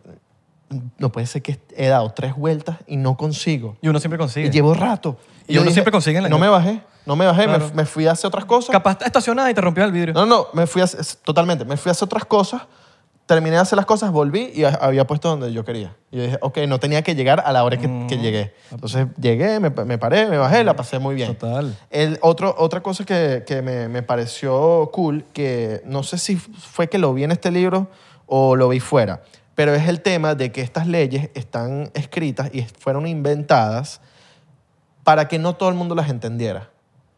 [SPEAKER 1] no puede ser que he dado tres vueltas y no consigo.
[SPEAKER 2] Y uno siempre consigue.
[SPEAKER 1] Y llevo rato.
[SPEAKER 2] Y
[SPEAKER 1] yo
[SPEAKER 2] uno siempre consigue en la
[SPEAKER 1] No
[SPEAKER 2] calle".
[SPEAKER 1] me bajé, no me bajé, me-
[SPEAKER 2] Claro.
[SPEAKER 1] me, fui a hacer otras cosas.
[SPEAKER 2] Capaz está estacionada y te rompió el vidrio.
[SPEAKER 1] No, no, me fui a, es- totalmente. Me fui a hacer otras cosas, terminé de hacer las cosas, volví y a- había puesto donde yo quería. Y yo dije, ok, no tenía que llegar a la hora que, que llegué. Entonces llegué, me, pa- me paré, me bajé, la pasé muy bien.
[SPEAKER 2] Total.
[SPEAKER 1] El otro, otra cosa que, que me, me pareció cool, que no sé si fue que lo vi en este libro o lo vi fuera, pero es el tema de que estas leyes están escritas y fueron inventadas para que no todo el mundo las entendiera.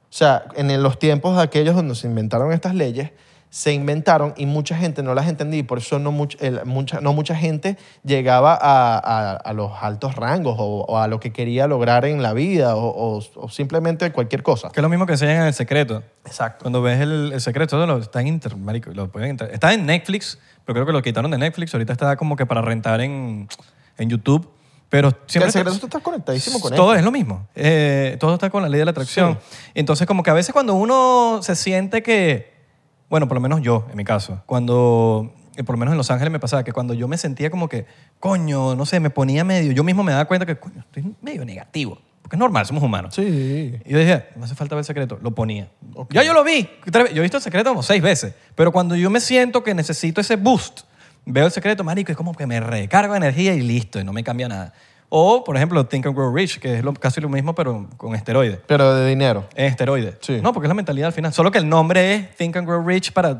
[SPEAKER 1] O sea, en los tiempos de aquellos donde se inventaron estas leyes, se inventaron y mucha gente no las entendía y por eso no, much- el- mucha, no mucha gente llegaba a, a- a los altos rangos o, o a lo que quería lograr en la vida o, o- o simplemente cualquier cosa.
[SPEAKER 2] Que es lo mismo que enseñan en El Secreto.
[SPEAKER 1] Exacto.
[SPEAKER 2] Cuando ves el, el secreto, eso lo, está en inter, marico, lo pueden entrar- Está en Netflix, pero creo que lo quitaron de Netflix. Ahorita está como que para rentar en, en YouTube. Pero siempre.
[SPEAKER 1] el secreto tú estás conectadísimo con
[SPEAKER 2] Todo
[SPEAKER 1] esto.
[SPEAKER 2] es lo mismo. Eh, todo está con la ley de la atracción. Entonces, como que a veces cuando uno se siente que. Bueno, por lo menos yo, en mi caso. Cuando. eh, Por lo menos en Los Ángeles me pasaba que cuando yo me sentía como que, coño, no sé, me ponía medio. Yo mismo me daba cuenta que, coño, estoy medio negativo. Porque es normal, somos humanos.
[SPEAKER 1] Sí.
[SPEAKER 2] Y yo dije, no hace falta ver el secreto. Lo ponía. Ya yo lo vi. Tres ve- Yo he visto el secreto como seis veces. Pero cuando yo me siento que necesito ese boost, veo el secreto, marico, es como que me recargo de energía y listo, y no me cambia nada. O, por ejemplo, Think and Grow Rich, que es lo- casi lo mismo, pero con esteroides.
[SPEAKER 1] Pero de dinero.
[SPEAKER 2] En esteroides.
[SPEAKER 1] Sí.
[SPEAKER 2] No, porque es la mentalidad al final. Solo que el nombre es Think and Grow Rich para...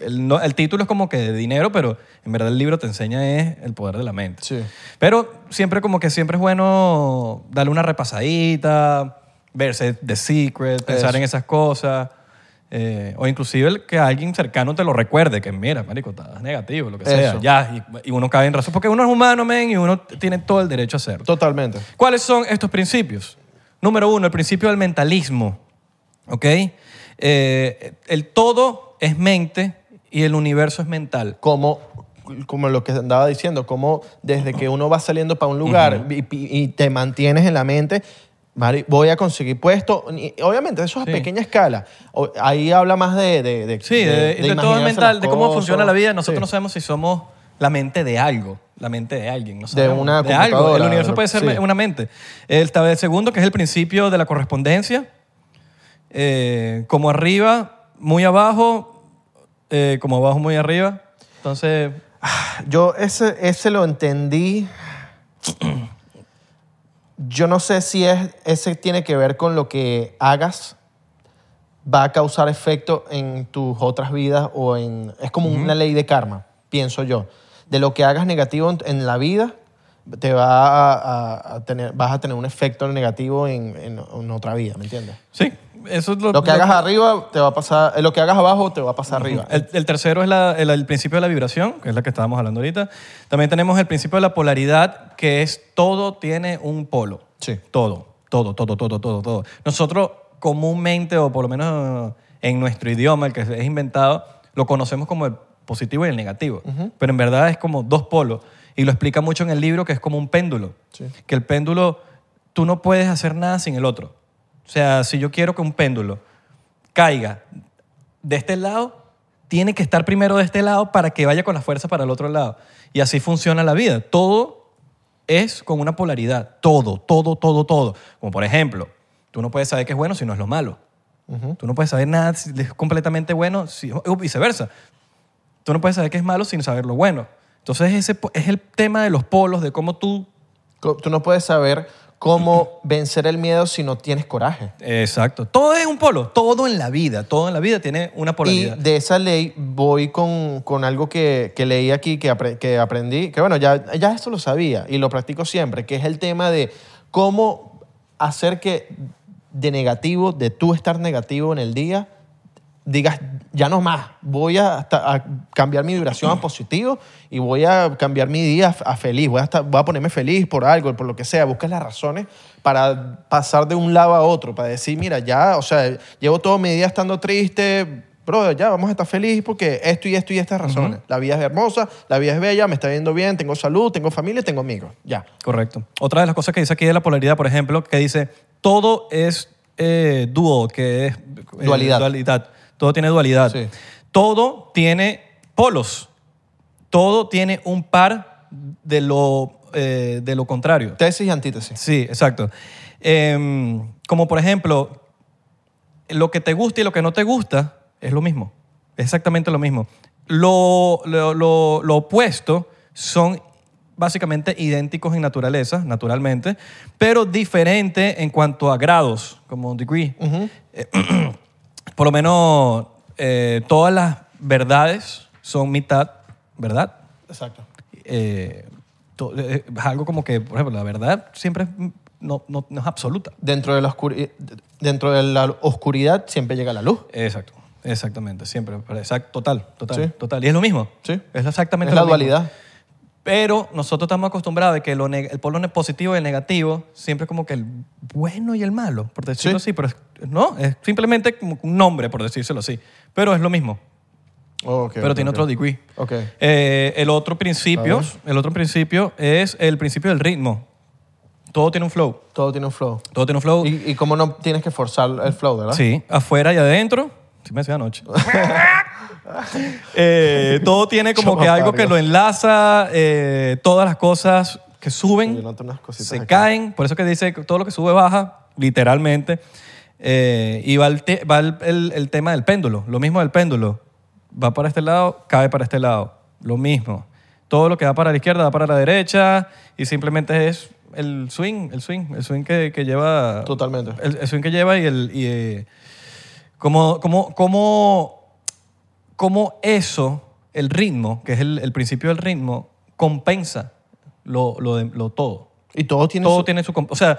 [SPEAKER 2] El, no- el título es como que de dinero, pero en verdad el libro te enseña es el poder de la mente.
[SPEAKER 1] Sí.
[SPEAKER 2] Pero siempre como que siempre es bueno darle una repasadita, verse The Secret, pensar
[SPEAKER 1] Eso.
[SPEAKER 2] en esas cosas. eh, o inclusive el que alguien cercano te lo recuerde, que mira, marico, estás negativo, lo que sea.
[SPEAKER 1] Eso.
[SPEAKER 2] Ya, y, y uno cae en razón. Porque uno es humano, men, y uno tiene todo el derecho a hacerlo.
[SPEAKER 1] Totalmente.
[SPEAKER 2] ¿Cuáles son estos principios? Número uno, el principio del mentalismo. ¿Ok? Eh, el todo es mente y el universo es mental.
[SPEAKER 1] Como, como lo que andaba diciendo, como desde que uno va saliendo para un lugar y- y, y te mantienes en la mente, "Mari, voy a conseguir puesto. Y Obviamente, eso es a
[SPEAKER 2] Sí.
[SPEAKER 1] pequeña escala. O- ahí habla más de. de, de
[SPEAKER 2] Sí, de, de todo es
[SPEAKER 1] imaginarse
[SPEAKER 2] mental,
[SPEAKER 1] las
[SPEAKER 2] de cómo
[SPEAKER 1] cosas.
[SPEAKER 2] funciona la vida. Nosotros
[SPEAKER 1] Sí.
[SPEAKER 2] no sabemos si somos la mente de algo, la mente de alguien. No
[SPEAKER 1] De
[SPEAKER 2] sabemos,
[SPEAKER 1] una
[SPEAKER 2] de algo. El
[SPEAKER 1] computadora,
[SPEAKER 2] universo
[SPEAKER 1] lo-
[SPEAKER 2] puede ser
[SPEAKER 1] sí.
[SPEAKER 2] una mente. El tab- el segundo, que es el principio de la correspondencia. eh, como arriba, muy abajo, eh, como abajo, muy arriba. Entonces,
[SPEAKER 1] Yo ese, ese lo entendí. Yo no sé si es, ese tiene que ver con lo que hagas va a causar efecto en tus otras vidas o en... Es como una ley de karma, pienso yo. De lo que hagas negativo en, en la vida, te va a, a- a tener, vas a tener un efecto negativo en, en- en otra vida, ¿me entiendes?
[SPEAKER 2] sí, eso es lo,
[SPEAKER 1] Lo que Eh,
[SPEAKER 2] lo-
[SPEAKER 1] hagas arriba te va a pasar... eh, Lo que hagas abajo te va a pasar arriba.
[SPEAKER 2] El, el tercero es la- el, el principio de la vibración, que es la que estábamos hablando ahorita. También tenemos el principio de la polaridad, que es todo tiene un polo.
[SPEAKER 1] Sí.
[SPEAKER 2] Todo, todo, todo, todo, todo, todo. Nosotros comúnmente, o por lo menos en nuestro idioma, el que es inventado, lo conocemos como el positivo y el negativo. Pero en verdad es como dos polos. Y lo explica mucho en el libro, que es como un péndulo.
[SPEAKER 1] Sí.
[SPEAKER 2] Que el péndulo, tú no puedes hacer nada sin el otro. O sea, si yo quiero que un péndulo caiga de este lado, tiene que estar primero de este lado para que vaya con la fuerza para el otro lado. Y así funciona la vida. Todo es con una polaridad. Todo, todo, todo, todo. Como por ejemplo, tú no puedes saber qué es bueno si no es lo malo. Tú no puedes saber nada si es completamente bueno si, o viceversa. Tú no puedes saber qué es malo sin saber lo bueno. Entonces ese po- es el tema de los polos, de cómo tú...
[SPEAKER 1] Co- Tú no puedes saber cómo vencer el miedo si no tienes coraje.
[SPEAKER 2] Exacto. Todo es un polo. Todo en la vida. Todo en la vida tiene una
[SPEAKER 1] Y
[SPEAKER 2] polaridad.
[SPEAKER 1] de esa ley voy con, con algo que, que leí aquí, que, apre- que aprendí, que bueno, ya, ya esto lo sabía y lo practico siempre, que es el tema de cómo hacer que de negativo, de tú estar negativo en el día, digas, ya no más, voy a, hasta- a cambiar mi vibración
[SPEAKER 2] Mm.
[SPEAKER 1] a positivo y voy a cambiar mi día a, a feliz, voy a, estar- voy a ponerme feliz por algo, por lo que sea, buscas las razones para pasar de un lado a otro, para decir, mira, ya, o sea, llevo todo mi día estando triste, brother, ya vamos a estar feliz porque esto y esto y estas razones. La vida es hermosa, la vida es bella, me está yendo bien, tengo salud, tengo familia, tengo amigos, ya.
[SPEAKER 2] Correcto. Otra de las cosas que dice aquí de la polaridad, por ejemplo, que dice todo es eh, dúo, que es eh,
[SPEAKER 1] Dualidad.
[SPEAKER 2] dualidad. Todo tiene dualidad.
[SPEAKER 1] Sí.
[SPEAKER 2] Todo tiene polos. Todo tiene un par de lo, eh, de lo contrario.
[SPEAKER 1] Tesis y antítesis.
[SPEAKER 2] Sí, exacto. Em, como por ejemplo, lo que te gusta y lo que no te gusta es lo mismo. Es exactamente lo mismo. Lo, lo- lo- lo opuesto son básicamente idénticos en naturaleza, naturalmente, pero diferente en cuanto a grados, como degree. Eh, Por lo menos eh, todas las verdades son mitad verdad
[SPEAKER 1] Exacto.
[SPEAKER 2] eh, to- eh, es algo como que, por ejemplo, la verdad siempre es, mm, no, no- no es absoluta.
[SPEAKER 1] Dentro de, la oscuri- dentro de la oscuridad siempre llega la luz.
[SPEAKER 2] Exacto, exactamente, siempre. pero exact- total, total,
[SPEAKER 1] Sí.
[SPEAKER 2] total. Y es lo mismo.
[SPEAKER 1] Sí.
[SPEAKER 2] Es exactamente
[SPEAKER 1] Es la
[SPEAKER 2] lo mismo.
[SPEAKER 1] dualidad.
[SPEAKER 2] Pero nosotros estamos acostumbrados a que lo neg- el polo ne- positivo y el negativo siempre es como que el bueno y el malo, por decirlo
[SPEAKER 1] Sí.
[SPEAKER 2] así. Pero es- no, es simplemente como un nombre, por decírselo así. Pero es lo mismo.
[SPEAKER 1] Oh, Ok,
[SPEAKER 2] pero
[SPEAKER 1] ok,
[SPEAKER 2] tiene
[SPEAKER 1] ok.
[SPEAKER 2] otro degree.
[SPEAKER 1] Ok.
[SPEAKER 2] Eh, el otro principio, el otro principio es el principio del ritmo. Todo tiene un flow.
[SPEAKER 1] Todo tiene un flow.
[SPEAKER 2] Todo tiene un flow.
[SPEAKER 1] Y, y cómo no tienes que forzar el flow, ¿verdad?
[SPEAKER 2] Sí, afuera y adentro. Sí me decía anoche. Eh, todo tiene como que algo que lo enlaza, eh, todas las cosas que
[SPEAKER 1] Yo
[SPEAKER 2] suben,
[SPEAKER 1] noto unas cositas
[SPEAKER 2] se
[SPEAKER 1] acá.
[SPEAKER 2] caen, por eso que dice que todo lo que sube baja, literalmente. Eh, y va, el, te- va el, el- el tema del péndulo, lo mismo del péndulo. Va para este lado, cae para este lado, lo mismo. Todo lo que va para la izquierda va para la derecha y simplemente es el swing, el swing, el swing que, que lleva...
[SPEAKER 1] Totalmente.
[SPEAKER 2] El, el swing que lleva y el... Y, eh, como, como, como, como eso, el ritmo, que es el, el principio del ritmo, compensa lo, lo, de- lo todo.
[SPEAKER 1] Y todo tiene,
[SPEAKER 2] Todo
[SPEAKER 1] su,
[SPEAKER 2] tiene su... comp- O sea,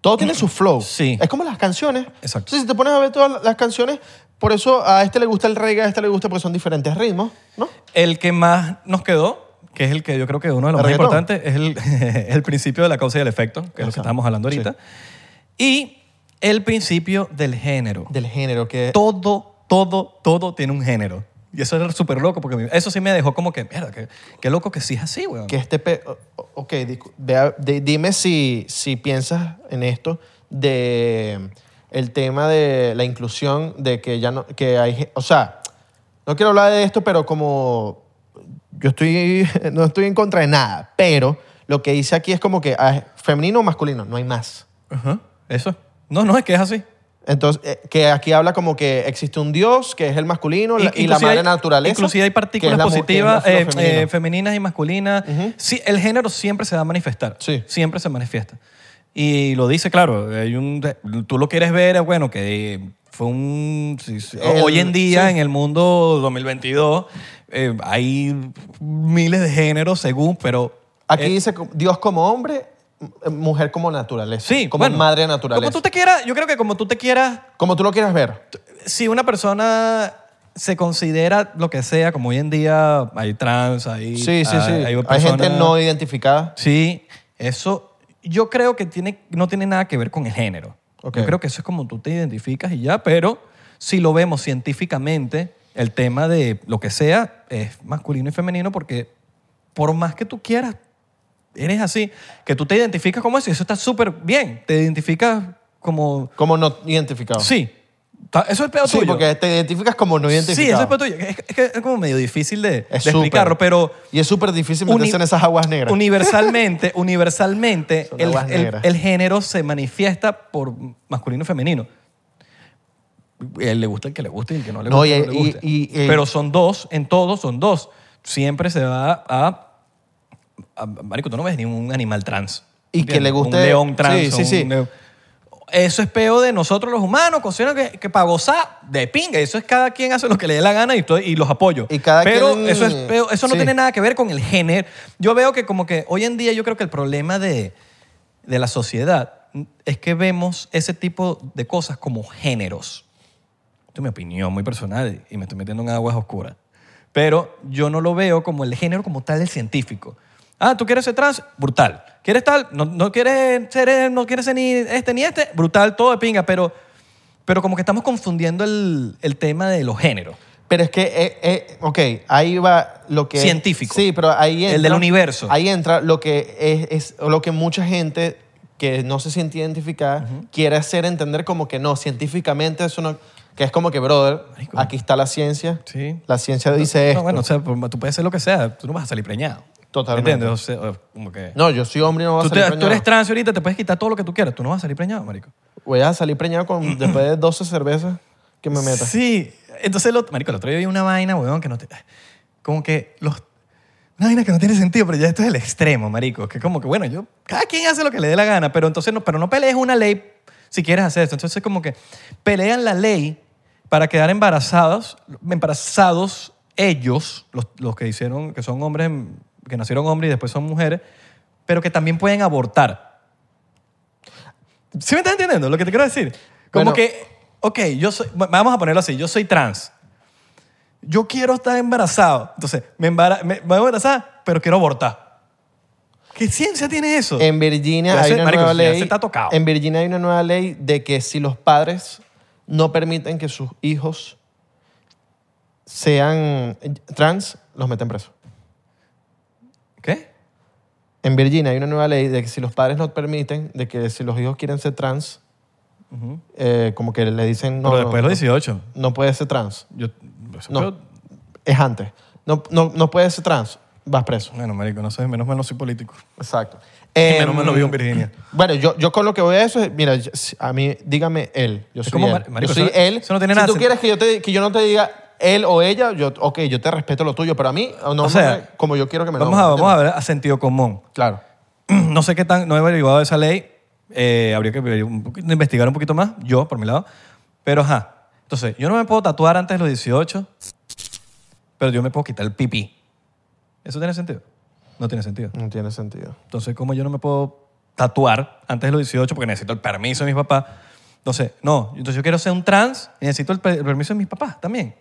[SPEAKER 1] todo tiene su flow.
[SPEAKER 2] Sí.
[SPEAKER 1] Es como las canciones.
[SPEAKER 2] Exacto.
[SPEAKER 1] Entonces, si te pones a ver todas las canciones, por eso a este le gusta el reggae, a este le gusta porque son diferentes ritmos, ¿no?
[SPEAKER 2] El que más nos quedó, que es el que yo creo que uno de los
[SPEAKER 1] ¿El
[SPEAKER 2] más
[SPEAKER 1] reggaetón?
[SPEAKER 2] importantes, es el, el principio de la causa y el efecto, que es lo que
[SPEAKER 1] Exacto.
[SPEAKER 2] estábamos hablando
[SPEAKER 1] Sí.
[SPEAKER 2] ahorita. Y el principio del género.
[SPEAKER 1] Del género que...
[SPEAKER 2] Todo, todo, todo tiene un género. Y eso era súper loco, porque a mí- eso sí me dejó como que, mierda, qué, qué loco que sí es así, weón.
[SPEAKER 1] que este pe- o- o- ok discu- vea- di- dime si, si piensas en esto de el tema de la inclusión de que ya no que hay ge- o sea no quiero hablar de esto pero como yo estoy no estoy en contra de nada pero lo que dice aquí es como que ah, femenino o masculino no hay más
[SPEAKER 2] Ajá, Eso. No, no, es que es así.
[SPEAKER 1] entonces eh, que aquí habla como que existe un dios que es el masculino la- y la
[SPEAKER 2] Inclusive
[SPEAKER 1] madre
[SPEAKER 2] hay-
[SPEAKER 1] naturaleza
[SPEAKER 2] Inclusive hay
[SPEAKER 1] que es
[SPEAKER 2] partículas
[SPEAKER 1] la mu- que es la-
[SPEAKER 2] positivas,
[SPEAKER 1] lo
[SPEAKER 2] eh,
[SPEAKER 1] femenino.
[SPEAKER 2] eh, femeninas y masculinas.
[SPEAKER 1] Ujú.
[SPEAKER 2] sí, el género siempre se va a manifestar.
[SPEAKER 1] Sí.
[SPEAKER 2] Siempre se manifiesta. Y lo dice, claro, hay un, tú lo quieres ver, bueno, que fue un... sí, sí,
[SPEAKER 1] El-
[SPEAKER 2] hoy en día,
[SPEAKER 1] sí.
[SPEAKER 2] en el mundo 2022, eh, hay miles de géneros según, pero...
[SPEAKER 1] Aquí
[SPEAKER 2] eh,
[SPEAKER 1] dice co- Dios como hombre, m- mujer como naturaleza.
[SPEAKER 2] sí,
[SPEAKER 1] como
[SPEAKER 2] bueno,
[SPEAKER 1] madre naturaleza.
[SPEAKER 2] Como tú te quieras, yo creo que como tú te quieras
[SPEAKER 1] lo quieras ver.
[SPEAKER 2] si una persona se considera lo que sea, como hoy en día hay trans, hay.
[SPEAKER 1] Sí, sí, sí. Hay,
[SPEAKER 2] personas-
[SPEAKER 1] gente no identificada.
[SPEAKER 2] Sí, eso yo creo que tiene, no tiene nada que ver con el género.
[SPEAKER 1] Ok.
[SPEAKER 2] Yo creo que eso es como tú te identificas y ya, pero si lo vemos científicamente, el tema de lo que sea es masculino y femenino porque por más que tú quieras, eres así, que tú te identificas como eso y eso está súper bien. Te identificas como...
[SPEAKER 1] Como no identificado.
[SPEAKER 2] Sí, Ta- eso es peor
[SPEAKER 1] Sí,
[SPEAKER 2] tuyo.
[SPEAKER 1] porque te identificas como no
[SPEAKER 2] Sí,
[SPEAKER 1] identificado.
[SPEAKER 2] eso es para tuyo. Es, es que es como medio difícil de, de
[SPEAKER 1] Es súper.
[SPEAKER 2] explicarlo, pero
[SPEAKER 1] Y es súper difícil
[SPEAKER 2] Uni-
[SPEAKER 1] meterse en esas aguas negras.
[SPEAKER 2] universalmente, universalmente,
[SPEAKER 1] Son
[SPEAKER 2] el,
[SPEAKER 1] aguas
[SPEAKER 2] el-
[SPEAKER 1] negras.
[SPEAKER 2] el género se manifiesta por masculino y femenino. Él le gusta el que le guste y el que no le
[SPEAKER 1] No,
[SPEAKER 2] gusta.
[SPEAKER 1] y-
[SPEAKER 2] no le
[SPEAKER 1] y-
[SPEAKER 2] guste.
[SPEAKER 1] y- y- eh,
[SPEAKER 2] pero son dos, en todos son dos. Siempre se va a. a- marico, tú no ves ningún animal trans.
[SPEAKER 1] Y que le guste-
[SPEAKER 2] Un león trans.
[SPEAKER 1] Sí, sí,
[SPEAKER 2] un
[SPEAKER 1] sí.
[SPEAKER 2] león. Eso es peo de nosotros los humanos, considero que, que para gozar de pinga. Eso es cada quien hace lo que le dé la gana y, estoy- y los apoyo.
[SPEAKER 1] Y cada
[SPEAKER 2] Pero
[SPEAKER 1] quien-
[SPEAKER 2] eso, es peo- eso no
[SPEAKER 1] sí.
[SPEAKER 2] tiene nada que ver con el género. Yo veo que como que hoy en día yo creo que el problema de, de la sociedad es que vemos ese tipo de cosas como géneros. Esto es mi opinión muy personal y me estoy metiendo en aguas oscuras. Pero yo no lo veo como el género como tal del científico. Ah, ¿tú quieres ser trans? Brutal. ¿Quieres tal? No, no quieres ser, eh, no quieres ser ni este ni este. Brutal, todo de pinga. Pero, pero como que estamos confundiendo el, el tema de los géneros.
[SPEAKER 1] Pero es que, eh, eh, ok, ahí va lo que...
[SPEAKER 2] Científico.
[SPEAKER 1] Sí, pero ahí entra...
[SPEAKER 2] El del universo.
[SPEAKER 1] Ahí entra lo que es, es- o lo que mucha gente que no se siente identificada quiere hacer entender como que no, científicamente eso no... Que es como que, brother,
[SPEAKER 2] Marico.
[SPEAKER 1] aquí está la ciencia.
[SPEAKER 2] Sí.
[SPEAKER 1] La ciencia dice esto.
[SPEAKER 2] No, bueno, o sea, pues, tú puedes ser lo que sea. Tú no vas a salir preñado.
[SPEAKER 1] Totalmente.
[SPEAKER 2] ¿Entiendes? O sea, o- como que...
[SPEAKER 1] No, yo soy hombre y no voy a
[SPEAKER 2] tú, te-
[SPEAKER 1] salir
[SPEAKER 2] tú
[SPEAKER 1] preñado.
[SPEAKER 2] eres trans y ahorita, te puedes quitar todo lo que tú quieras. Tú no vas a salir preñado, marico.
[SPEAKER 1] Voy a salir preñado con, después de 12 cervezas que me metas.
[SPEAKER 2] Sí. Entonces, lo, marico, el otro día vi una vaina, weón, que no te... Como que los... Una vaina que no tiene sentido, pero ya esto es el extremo, marico. Que como que, bueno, yo... Cada quien hace lo que le dé la gana, pero entonces no, pero no pelees una ley si quieres hacer esto. Entonces, como que pelean la ley para quedar embarazados, embarazados ellos, los, los que hicieron, que son hombres, que nacieron hombres y después son mujeres, pero que también pueden abortar. ¿Sí me estás entendiendo lo que te quiero decir? Como
[SPEAKER 1] Bueno.
[SPEAKER 2] que, ok, yo soy, va- vamos a ponerlo así, yo soy trans. Yo quiero estar embarazado. Entonces, me, embara- me, me voy a embarazar, pero quiero abortar. ¿Qué ciencia tiene eso?
[SPEAKER 1] En Virginia
[SPEAKER 2] Ya
[SPEAKER 1] hay
[SPEAKER 2] se-
[SPEAKER 1] una
[SPEAKER 2] marico,
[SPEAKER 1] nueva
[SPEAKER 2] ya se
[SPEAKER 1] ley.
[SPEAKER 2] está tocado.
[SPEAKER 1] En Virginia hay una nueva ley de que si los padres no permiten que sus hijos sean trans, los meten presos.
[SPEAKER 2] ¿Qué?
[SPEAKER 1] En Virginia hay una nueva ley de que si los padres no permiten, de que si los hijos quieren ser trans,
[SPEAKER 2] Ujú.
[SPEAKER 1] eh, como que le dicen no.
[SPEAKER 2] pero después
[SPEAKER 1] no,
[SPEAKER 2] de los 18.
[SPEAKER 1] no puede ser trans.
[SPEAKER 2] Yo,
[SPEAKER 1] No.
[SPEAKER 2] pero-
[SPEAKER 1] Es antes. No, no, no puede ser trans. Vas preso.
[SPEAKER 2] bueno, marico, no sé, menos mal no soy político.
[SPEAKER 1] Exacto.
[SPEAKER 2] Y menos
[SPEAKER 1] Em,
[SPEAKER 2] mal no vivo en Virginia.
[SPEAKER 1] Bueno, yo, yo con lo que voy a eso es, mira, yo- si- a mí, dígame él. Yo
[SPEAKER 2] Es
[SPEAKER 1] soy
[SPEAKER 2] como
[SPEAKER 1] él.
[SPEAKER 2] mar- marico,
[SPEAKER 1] yo soy
[SPEAKER 2] eso-
[SPEAKER 1] él.
[SPEAKER 2] eso no tiene
[SPEAKER 1] si
[SPEAKER 2] nada
[SPEAKER 1] tú
[SPEAKER 2] sen-
[SPEAKER 1] quieres que yo, te- que yo no te diga él o ella, yo, ok, yo te respeto lo tuyo, pero a mí, no,
[SPEAKER 2] O sea,
[SPEAKER 1] como yo quiero que me
[SPEAKER 2] Vamos,
[SPEAKER 1] nombren,
[SPEAKER 2] a, vamos a
[SPEAKER 1] ¿entiendes?
[SPEAKER 2] ver a sentido común.
[SPEAKER 1] Claro.
[SPEAKER 2] no sé qué tan, no he averiguado esa ley, eh, habría que ver un poquito- investigar un poquito más, yo por mi lado, pero ajá. Entonces, yo no me puedo tatuar antes de los 18, pero yo me puedo quitar el pipí. ¿Eso tiene sentido? No tiene sentido.
[SPEAKER 1] No tiene sentido.
[SPEAKER 2] Entonces, como yo no me puedo tatuar antes de los 18 porque necesito el permiso de mis papás. Entonces, no, entonces yo quiero ser un trans y necesito el, pe- el permiso de mis papás también.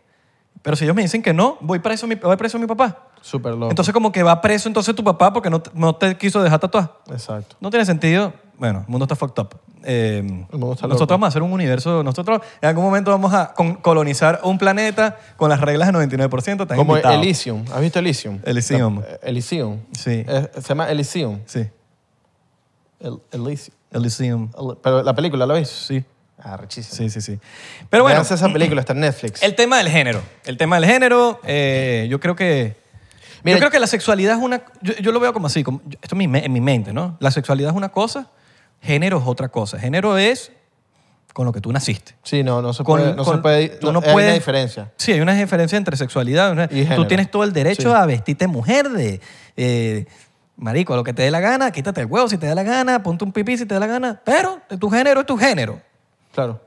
[SPEAKER 2] Pero si ellos me dicen que no, voy preso, a mi, voy preso a mi papá.
[SPEAKER 1] Súper loco.
[SPEAKER 2] Entonces, como que va preso entonces tu papá porque no, te- no te quiso dejar tatuar.
[SPEAKER 1] Exacto.
[SPEAKER 2] No tiene sentido. Bueno, el mundo está fucked up. Eh,
[SPEAKER 1] mundo está
[SPEAKER 2] nosotros
[SPEAKER 1] loco.
[SPEAKER 2] vamos a hacer un universo. Nosotros en algún momento vamos a con- colonizar un planeta con las reglas del 99%. Estás
[SPEAKER 1] Como
[SPEAKER 2] invitado.
[SPEAKER 1] Elysium. ¿Has visto Elysium?
[SPEAKER 2] Elysium.
[SPEAKER 1] La- eh, Elysium.
[SPEAKER 2] Sí.
[SPEAKER 1] Eh, se llama Elysium.
[SPEAKER 2] Sí.
[SPEAKER 1] El- Elysium.
[SPEAKER 2] Elysium.
[SPEAKER 1] El- pero la película, ¿la ves?
[SPEAKER 2] Sí.
[SPEAKER 1] Ah, rechísimo.
[SPEAKER 2] Sí, sí, sí. Pero bueno,
[SPEAKER 1] Véanse esa película, está en Netflix.
[SPEAKER 2] el tema del género. El tema del género, eh, yo creo que.
[SPEAKER 1] Mira,
[SPEAKER 2] yo creo que la sexualidad es una. Yo, yo lo veo como así, como- esto es mi me- en mi mente, ¿no? La sexualidad es una cosa, género es otra cosa. Género es con lo que tú naciste.
[SPEAKER 1] Sí, no, no se
[SPEAKER 2] Con-
[SPEAKER 1] puede. no se
[SPEAKER 2] con-
[SPEAKER 1] puede
[SPEAKER 2] tú no
[SPEAKER 1] hay
[SPEAKER 2] puedes-
[SPEAKER 1] una diferencia.
[SPEAKER 2] Sí, hay una diferencia entre sexualidad. ¿no?
[SPEAKER 1] Y género.
[SPEAKER 2] Tú tienes todo el derecho
[SPEAKER 1] Sí.
[SPEAKER 2] a vestirte mujer de eh, marico, lo que te dé la gana, quítate el huevo si te da la gana, ponte un pipí si te da la gana, pero tu género es tu género.
[SPEAKER 1] Claro.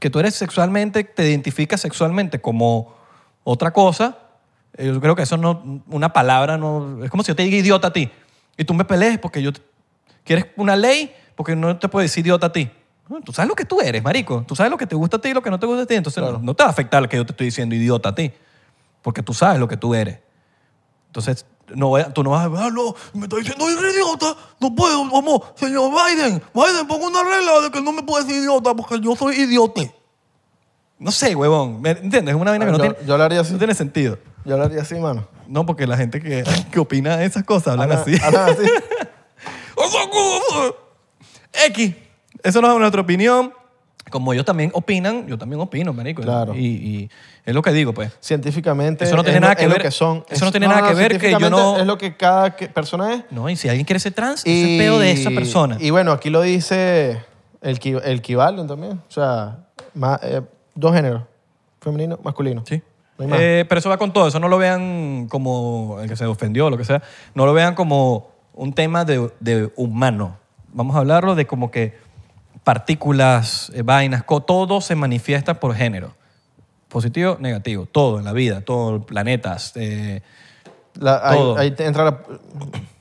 [SPEAKER 2] que tú eres sexualmente, te identificas sexualmente como otra cosa, eh, yo creo que eso no, una palabra no, es como si yo te diga idiota a ti y tú me pelees porque yo, te- quieres una ley porque no te puedo decir idiota a ti. No, Tú sabes lo que tú eres, marico. Tú sabes lo que te gusta a ti y lo que no te gusta a ti. Entonces
[SPEAKER 1] Claro.
[SPEAKER 2] no, no te va a afectar que yo te estoy diciendo idiota a ti porque tú sabes lo que tú eres. Entonces, no voy a- tú no vas a ah, no, me está diciendo idiota, no puedo, vamos, señor Biden, Biden, ponga una regla de que no me puede decir idiota porque yo soy idiote. No sé, huevón, ¿me entiendes? Es una vaina que no,
[SPEAKER 1] Ah, Yo-
[SPEAKER 2] tiene,
[SPEAKER 1] yo lo haría así.
[SPEAKER 2] no tiene sentido.
[SPEAKER 1] Yo hablaría así, mano.
[SPEAKER 2] No, porque la gente que, que opina de esas cosas hablan
[SPEAKER 1] Hablan-
[SPEAKER 2] así.
[SPEAKER 1] hablan así.
[SPEAKER 2] X. Eso no es nuestra opinión. Como ellos también opinan, yo también opino, marico.
[SPEAKER 1] Claro.
[SPEAKER 2] Y, y es lo que digo, pues.
[SPEAKER 1] Científicamente.
[SPEAKER 2] Eso no tiene
[SPEAKER 1] es lo-
[SPEAKER 2] nada que
[SPEAKER 1] es lo
[SPEAKER 2] ver-
[SPEAKER 1] son.
[SPEAKER 2] eso no tiene nada que ver que yo
[SPEAKER 1] científicamente
[SPEAKER 2] no-
[SPEAKER 1] Es lo que cada que- persona es.
[SPEAKER 2] No, y si alguien quiere ser trans, eso es peo de esa persona.
[SPEAKER 1] Y bueno, aquí lo dice el, qui- el equivalen también. O sea, ma- eh, dos géneros. Femenino, masculino.
[SPEAKER 2] Sí.
[SPEAKER 1] No hay más.
[SPEAKER 2] Eh, pero eso va con todo. Eso no lo vean como el que se ofendió o lo que sea. No lo vean como un tema de, de humano. Vamos a hablarlo de como que partículas, eh, vainas, co- todo se manifiesta por género. Positivo, negativo. Todo en la vida, todo, planetas. eh,
[SPEAKER 1] La- ahí-
[SPEAKER 2] todo.
[SPEAKER 1] Ahí, te entra la-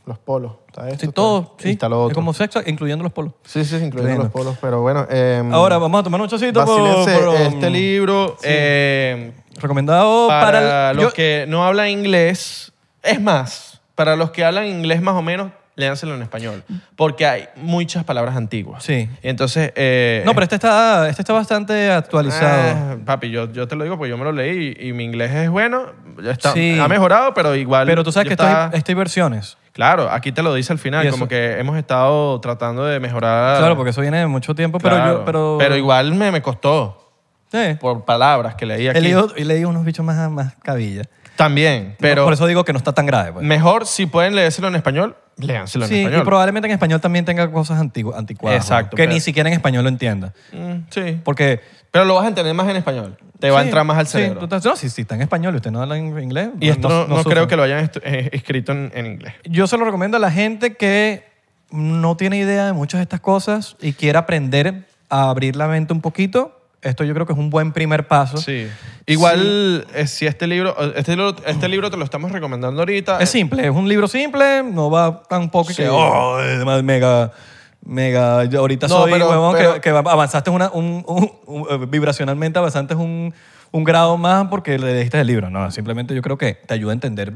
[SPEAKER 1] los polos. Está esto,
[SPEAKER 2] sí,
[SPEAKER 1] está-
[SPEAKER 2] todo. Sí,
[SPEAKER 1] y está lo
[SPEAKER 2] Es
[SPEAKER 1] otro.
[SPEAKER 2] como sexo, incluyendo los polos.
[SPEAKER 1] Sí, sí, incluyendo
[SPEAKER 2] Bueno.
[SPEAKER 1] los polos. Pero bueno. eh,
[SPEAKER 2] Ahora vamos a tomar un chocito por,
[SPEAKER 1] vacílense
[SPEAKER 2] por- um,
[SPEAKER 1] este libro. eh,
[SPEAKER 2] Recomendado para,
[SPEAKER 1] para,
[SPEAKER 2] el-
[SPEAKER 1] los
[SPEAKER 2] yo-
[SPEAKER 1] que no hablan inglés, es más, para los que hablan inglés más o menos, léanselo en español, porque hay muchas palabras antiguas.
[SPEAKER 2] Sí.
[SPEAKER 1] Entonces, eh,
[SPEAKER 2] No, pero este está, este está bastante actualizado.
[SPEAKER 1] ah, papi, yo, yo te lo digo porque yo me lo leí y, y mi inglés es bueno, ya está,
[SPEAKER 2] Sí.
[SPEAKER 1] ha mejorado, pero igual.
[SPEAKER 2] Pero tú sabes
[SPEAKER 1] yo
[SPEAKER 2] que
[SPEAKER 1] estaba-
[SPEAKER 2] esto, hay, esto hay versiones.
[SPEAKER 1] Claro, aquí te lo dice al
[SPEAKER 2] Y
[SPEAKER 1] final,
[SPEAKER 2] eso.
[SPEAKER 1] como que hemos estado tratando de mejorar.
[SPEAKER 2] Claro, porque eso viene de mucho tiempo, pero
[SPEAKER 1] Claro.
[SPEAKER 2] yo... Pero,
[SPEAKER 1] igual me, me costó
[SPEAKER 2] Sí.
[SPEAKER 1] por palabras que leí aquí.
[SPEAKER 2] He leído, he leído unos bichos más, más cabilla.
[SPEAKER 1] También, pero
[SPEAKER 2] Por eso digo que no está tan grave. pues.
[SPEAKER 1] mejor si pueden leérselo en español, léanselo
[SPEAKER 2] Sí,
[SPEAKER 1] en español.
[SPEAKER 2] y probablemente en español también tenga cosas antigu- anticuadas.
[SPEAKER 1] Exacto,
[SPEAKER 2] ¿no? Que
[SPEAKER 1] pero-
[SPEAKER 2] ni siquiera en español lo entienda.
[SPEAKER 1] Mm, sí.
[SPEAKER 2] Porque...
[SPEAKER 1] Pero lo vas a entender más en español. Te va a
[SPEAKER 2] sí,
[SPEAKER 1] entrar más al
[SPEAKER 2] sí,
[SPEAKER 1] cerebro.
[SPEAKER 2] tú estás- no, si, si está en español y usted no habla en inglés...
[SPEAKER 1] y esto no, no
[SPEAKER 2] sufra.
[SPEAKER 1] creo que lo hayan estu- eh, escrito en, en inglés.
[SPEAKER 2] Yo se lo recomiendo a la gente que no tiene idea de muchas de estas cosas y quiere aprender a abrir la mente un poquito. Esto yo creo que es un buen primer paso.
[SPEAKER 1] Sí. Igual, eh, si este libro, este libro, este libro te lo estamos recomendando ahorita.
[SPEAKER 2] Es simple, es un libro simple, no va tampoco
[SPEAKER 1] Sí.
[SPEAKER 2] que, oh, es más mega, mega, yo ahorita
[SPEAKER 1] No,
[SPEAKER 2] soy,
[SPEAKER 1] pero-
[SPEAKER 2] huevón, que-
[SPEAKER 1] pero-
[SPEAKER 2] que, avanzaste una, un, un- un- eh, vibracionalmente avanzaste un, un grado más porque le diste el libro. No, simplemente yo creo que te ayuda a entender.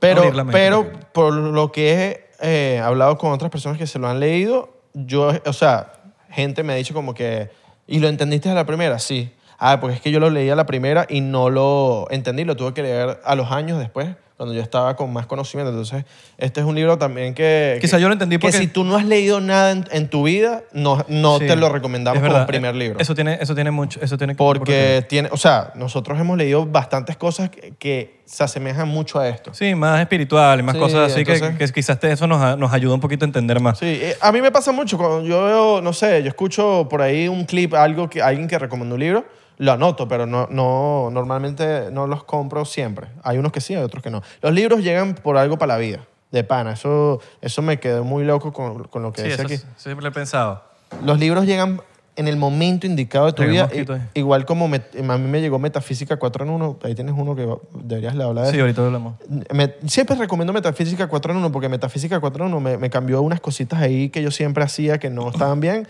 [SPEAKER 2] abrir la
[SPEAKER 1] Pero,
[SPEAKER 2] mente.
[SPEAKER 1] pero por lo que he eh, hablado con otras personas que se lo han leído, yo, o sea, gente me ha dicho como que, ¿y lo entendiste a la primera? Sí. Ah, porque es que yo lo leí a la primera y no lo entendí, lo tuve que leer a los años después, cuando yo estaba con más conocimiento. Entonces, este es un libro también que...
[SPEAKER 2] Quizá
[SPEAKER 1] que-
[SPEAKER 2] yo lo entendí
[SPEAKER 1] Que
[SPEAKER 2] porque-
[SPEAKER 1] si tú no has leído nada en, en tu vida, no, no
[SPEAKER 2] Sí,
[SPEAKER 1] te lo recomendamos
[SPEAKER 2] es
[SPEAKER 1] como
[SPEAKER 2] verdad. eh,
[SPEAKER 1] primer libro.
[SPEAKER 2] Eso tiene, eso tiene mucho, eso tiene
[SPEAKER 1] porque tiene, o sea, nosotros hemos leído bastantes cosas que, que se asemejan mucho a esto.
[SPEAKER 2] Sí, más espiritual y más
[SPEAKER 1] Sí,
[SPEAKER 2] cosas así que- que,
[SPEAKER 1] entonces-
[SPEAKER 2] quizás te- eso nos, a- nos ayuda un poquito a entender más.
[SPEAKER 1] Sí, eh, a mí me pasa mucho cuando yo veo, no sé, yo escucho por ahí un clip, algo que alguien que recomendó un libro, lo anoto, pero no, no, normalmente no los compro siempre. Hay unos que sí, hay otros que no. Los libros llegan por algo para la vida. De pana, eso, eso me quedó muy loco con, con lo que
[SPEAKER 2] Sí,
[SPEAKER 1] dice
[SPEAKER 2] eso,
[SPEAKER 1] aquí.
[SPEAKER 2] sí, siempre lo he pensado.
[SPEAKER 1] Los libros llegan en el momento indicado de tu
[SPEAKER 2] Llega
[SPEAKER 1] vida.
[SPEAKER 2] un mosquito
[SPEAKER 1] i-
[SPEAKER 2] ahí.
[SPEAKER 1] Igual como met- a mí me llegó Metafísica 4 en 1, ahí tienes uno que va- deberías hablar de
[SPEAKER 2] Sí,
[SPEAKER 1] eso.
[SPEAKER 2] ahorita lo hablamos.
[SPEAKER 1] Me- siempre recomiendo Metafísica 4 en 1 porque Metafísica 4 en 1 me, me cambió unas cositas ahí que yo siempre hacía que no estaban bien.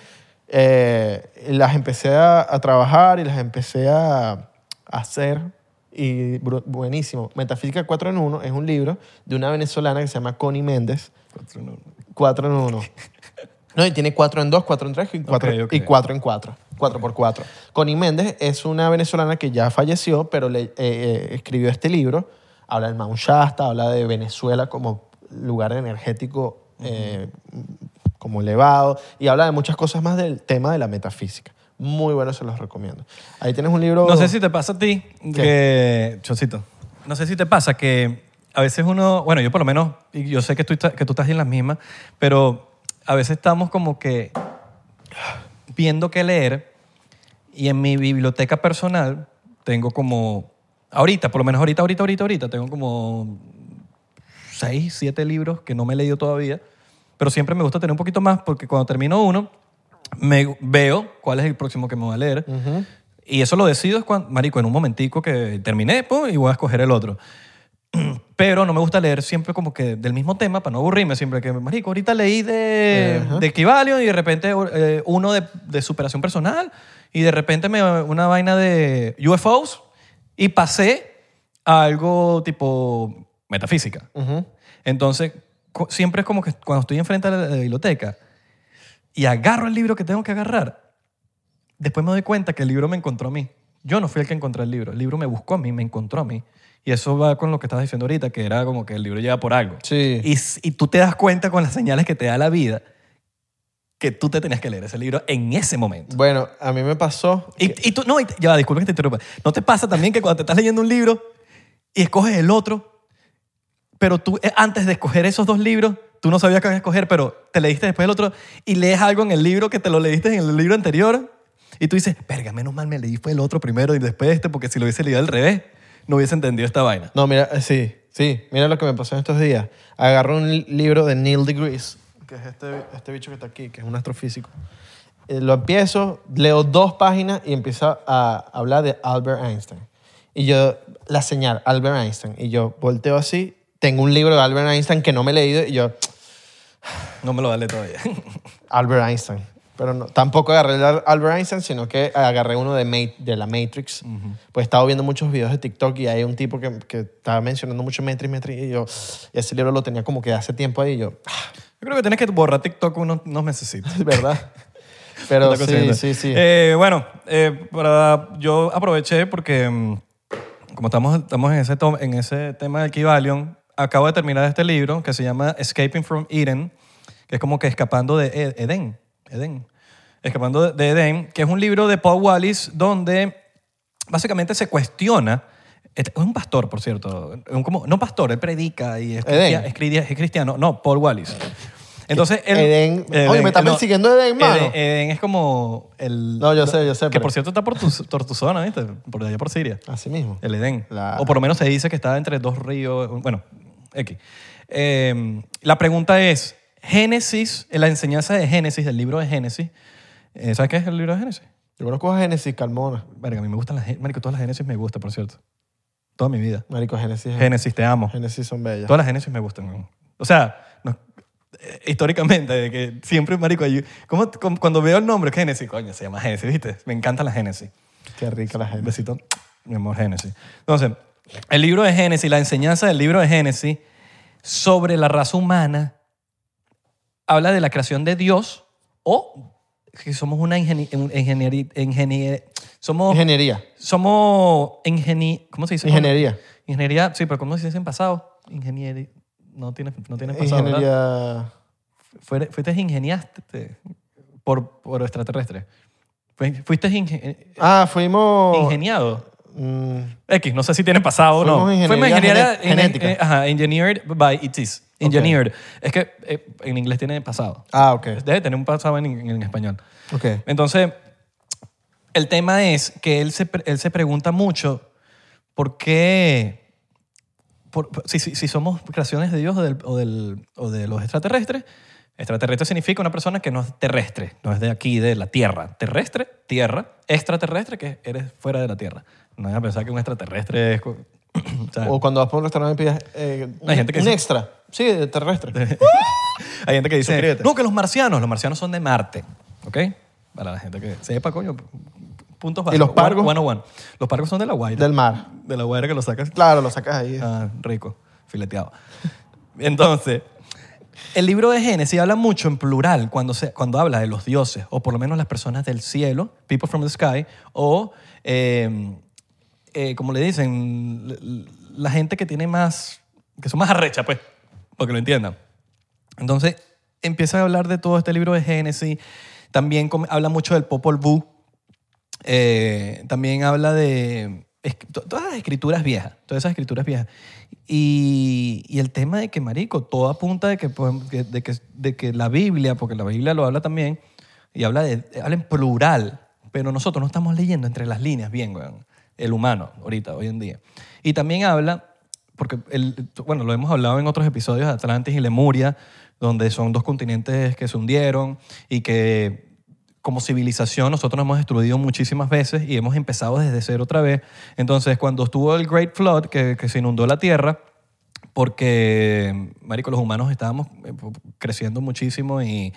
[SPEAKER 1] Eh, las empecé a, a trabajar y las empecé a, a hacer y bru- buenísimo. Metafísica 4 en 1 es un libro de una venezolana que se llama Connie Méndez.
[SPEAKER 2] 4 en 1.
[SPEAKER 1] 4 en 1. No, y tiene 4 en 2, 4 en 3 y 4,
[SPEAKER 2] Ok, ok.
[SPEAKER 1] y 4 en 4. 4 por 4. Connie Méndez es una venezolana que ya falleció, pero le, eh, eh, escribió este libro. Habla del Mount Shasta, habla de Venezuela como lugar energético eh, como elevado y habla de muchas cosas más del tema de la metafísica. Muy bueno, se los recomiendo. Ahí tienes un libro...
[SPEAKER 2] No sé si te pasa a ti que... Chocito. No sé si te pasa que a veces uno... Bueno, yo por lo menos, y yo sé que tú, estás- que tú estás en las mismas, pero a veces estamos como que viendo qué leer y en mi biblioteca personal tengo como... Ahorita, por lo menos ahorita, ahorita, ahorita, ahorita, tengo como seis, siete libros que no me he leído todavía, pero siempre me gusta tener un poquito más porque cuando termino uno, me veo cuál es el próximo que me voy a leer.
[SPEAKER 1] Ujú.
[SPEAKER 2] Y eso lo decido, es cuando, marico, en un momentico que terminé pum, y voy a escoger el otro. Pero no me gusta leer siempre como que del mismo tema para no aburrirme. Siempre que, marico, ahorita leí de,
[SPEAKER 1] Ajá.
[SPEAKER 2] de Equivalion y de repente eh, uno de, de superación personal y de repente me, una vaina de UFOs y pasé a algo tipo metafísica.
[SPEAKER 1] Ujú.
[SPEAKER 2] Entonces, cu- siempre es como que cuando estoy enfrente de la, de la biblioteca y agarro el libro que tengo que agarrar, después me doy cuenta que el libro me encontró a mí. Yo no fui el que encontré el libro, el libro me buscó a mí, me encontró a mí. Y eso va con lo que estabas diciendo ahorita, que era como que el libro llega por algo.
[SPEAKER 1] Sí.
[SPEAKER 2] Y, s- y tú te das cuenta con las señales que te da la vida que tú te tenías que leer ese libro en ese momento.
[SPEAKER 1] Bueno, a mí me pasó...
[SPEAKER 2] Y, y tú, no, y- ya, va, disculpa que te interrumpa. ¿No te pasa también que cuando te estás leyendo un libro y escoges el otro, pero tú eh, antes de escoger esos dos libros, tú no sabías cuál escoger, pero te leíste después el otro y lees algo en el libro que te lo leíste en el libro anterior y tú dices, verga, menos mal me leí fue el otro primero y después este, porque si lo hubiese leído al revés, no hubiese entendido esta vaina.
[SPEAKER 1] No, mira, eh, sí, sí. Mira lo que me pasó en estos días. Agarro un li- libro de Neil deGrasse, que es este, este bicho que está aquí, que es un astrofísico. Eh, lo empiezo, leo dos páginas y empieza a hablar de Albert Einstein. Y yo, la señal, Albert Einstein. Y yo volteo así, tengo un libro de Albert Einstein que no me he leído y yo,
[SPEAKER 2] No me lo vale todavía.
[SPEAKER 1] Albert Einstein. Pero no, tampoco agarré el Al- Albert Einstein, sino que agarré uno de, Ma- de la Matrix. Pues he estado viendo muchos videos de TikTok y hay un tipo que, que estaba mencionando mucho Matrix, Matrix, y yo, y ese libro lo tenía como que hace tiempo ahí, y yo, "Ah,
[SPEAKER 2] Yo creo que tienes que borrar TikTok unos, unos mesecitos.
[SPEAKER 1] es verdad. Pero
[SPEAKER 2] Otra cosa que
[SPEAKER 1] sí,
[SPEAKER 2] no.
[SPEAKER 1] sí, sí.
[SPEAKER 2] Eh, bueno, eh, para, yo aproveché porque mm, como estamos, estamos en, ese tom- en ese tema del Kivalion, acabo de terminar este libro que se llama Escaping from Eden, que es como que escapando de E- Edén. Edén. Escapando de- de Edén, que es un libro de Paul Wallis donde básicamente se cuestiona. Es un pastor, por cierto. un como- no pastor, él predica y es,
[SPEAKER 1] Edén.
[SPEAKER 2] cristia- es cristia- es cristiano. No, Paul Wallis. Entonces, él-
[SPEAKER 1] Edén. Oye, me estás persiguiendo Edén, mano.
[SPEAKER 2] Edén- Edén es como el...
[SPEAKER 1] No, yo sé, yo sé,
[SPEAKER 2] Que
[SPEAKER 1] pero-
[SPEAKER 2] por cierto está por tu, por tu zona, ¿viste? Por allá por Siria.
[SPEAKER 1] Así mismo.
[SPEAKER 2] El Edén.
[SPEAKER 1] La-
[SPEAKER 2] O por lo menos se dice que está entre dos ríos. Bueno, X. Eh, la pregunta es, Génesis, eh, la enseñanza de Génesis, del libro de Génesis. eh, ¿Sabes qué es el libro de Génesis?
[SPEAKER 1] Yo conozco a Génesis Calmona.
[SPEAKER 2] Verga, a mí me gustan las... Gé- Marico, todas las Génesis me gustan, por cierto. Toda mi vida.
[SPEAKER 1] Marico, Génesis.
[SPEAKER 2] Génesis, te amo.
[SPEAKER 1] Génesis son bellas.
[SPEAKER 2] Todas las Génesis me gustan. weón. O sea, no- eh, históricamente, de que siempre, marico, hay- ¿cómo- cómo- cuando veo el nombre, Génesis, coño, se llama Génesis, ¿viste? Me encanta la Génesis.
[SPEAKER 1] Qué rica la
[SPEAKER 2] Un
[SPEAKER 1] Génesis.
[SPEAKER 2] besito, mi amor, Génesis. Entonces, el libro de Génesis, la enseñanza del libro de Génesis sobre la raza humana habla de la creación de Dios o que somos una ingeni- un ingenieri- ingenier- somos,
[SPEAKER 1] Ingeniería.
[SPEAKER 2] somos ingeni- ¿cómo se dice?
[SPEAKER 1] Ingeniería.
[SPEAKER 2] Ingeniería, sí, pero ¿cómo se dice en pasado? Ingeniería. No tiene, no tiene pasado. ¿verdad?
[SPEAKER 1] Ingeniería.
[SPEAKER 2] Fuere- Fuiste ingeniaste por, por extraterrestre. Fue- Fuiste inge- eh,
[SPEAKER 1] Ah, fuimos.
[SPEAKER 2] ingeniado.
[SPEAKER 1] Mm,
[SPEAKER 2] X, no sé si tiene pasado o no.
[SPEAKER 1] Fuimos ingeniería
[SPEAKER 2] ingeniería
[SPEAKER 1] gene- genética.
[SPEAKER 2] eh, Ajá, engineered by ITs. Engineered. Es que eh, en inglés tiene pasado.
[SPEAKER 1] Ah, ok.
[SPEAKER 2] Debe tener un pasado en, en- en español.
[SPEAKER 1] Ok.
[SPEAKER 2] Entonces, el tema es que él se, pre- él se pregunta mucho por qué, por- por- si, si- si somos creaciones de Dios o, del- o del- o de los extraterrestres, extraterrestre significa una persona que no es terrestre, no es de aquí, de la Tierra. Terrestre, Tierra. Extraterrestre, que eres fuera de la Tierra. No voy a pensar que un extraterrestre es... co- o sea,
[SPEAKER 1] O cuando vas por un restaurante y pides eh,
[SPEAKER 2] Hay gente que
[SPEAKER 1] un
[SPEAKER 2] dice-
[SPEAKER 1] extra. Sí, de terrestre.
[SPEAKER 2] Hay gente que dice,
[SPEAKER 1] Suscríbete.
[SPEAKER 2] no, que los marcianos, los marcianos son de Marte, ¿ok? Para la gente que sepa, coño, puntos básicos.
[SPEAKER 1] los pargos?
[SPEAKER 2] One- one on one. Los pargos son de la Guaira.
[SPEAKER 1] Del mar.
[SPEAKER 2] De la Guaira que los sacas.
[SPEAKER 1] Claro, lo sacas ahí.
[SPEAKER 2] Ah, rico, fileteado. Entonces, el libro de Génesis habla mucho en plural cuando, se, cuando habla de los dioses, o por lo menos las personas del cielo, people from the sky, o eh, eh, como le dicen, l- l- la gente que tiene más, que son más arrecha, pues, porque lo entiendan. Entonces, empieza a hablar de todo este libro de Génesis, también com- habla mucho del Popol Vuh, eh, también habla de es- to- todas las escrituras viejas, todas esas escrituras viejas. Y, y el tema de que, marico, todo apunta de que, pues, que- de, que, de que la Biblia, porque la Biblia lo habla también, y habla, de, habla en plural, pero nosotros no estamos leyendo entre las líneas bien, weón, el humano, ahorita, hoy en día. Y también habla, porque, el, bueno, lo hemos hablado en otros episodios, de Atlantis y Lemuria, donde son dos continentes que se hundieron y que como civilización nosotros nos hemos destruido muchísimas veces y hemos empezado desde cero otra vez. Entonces, cuando estuvo el Great Flood, que, que se inundó la Tierra, porque, marico, los humanos estábamos eh, po- creciendo muchísimo y,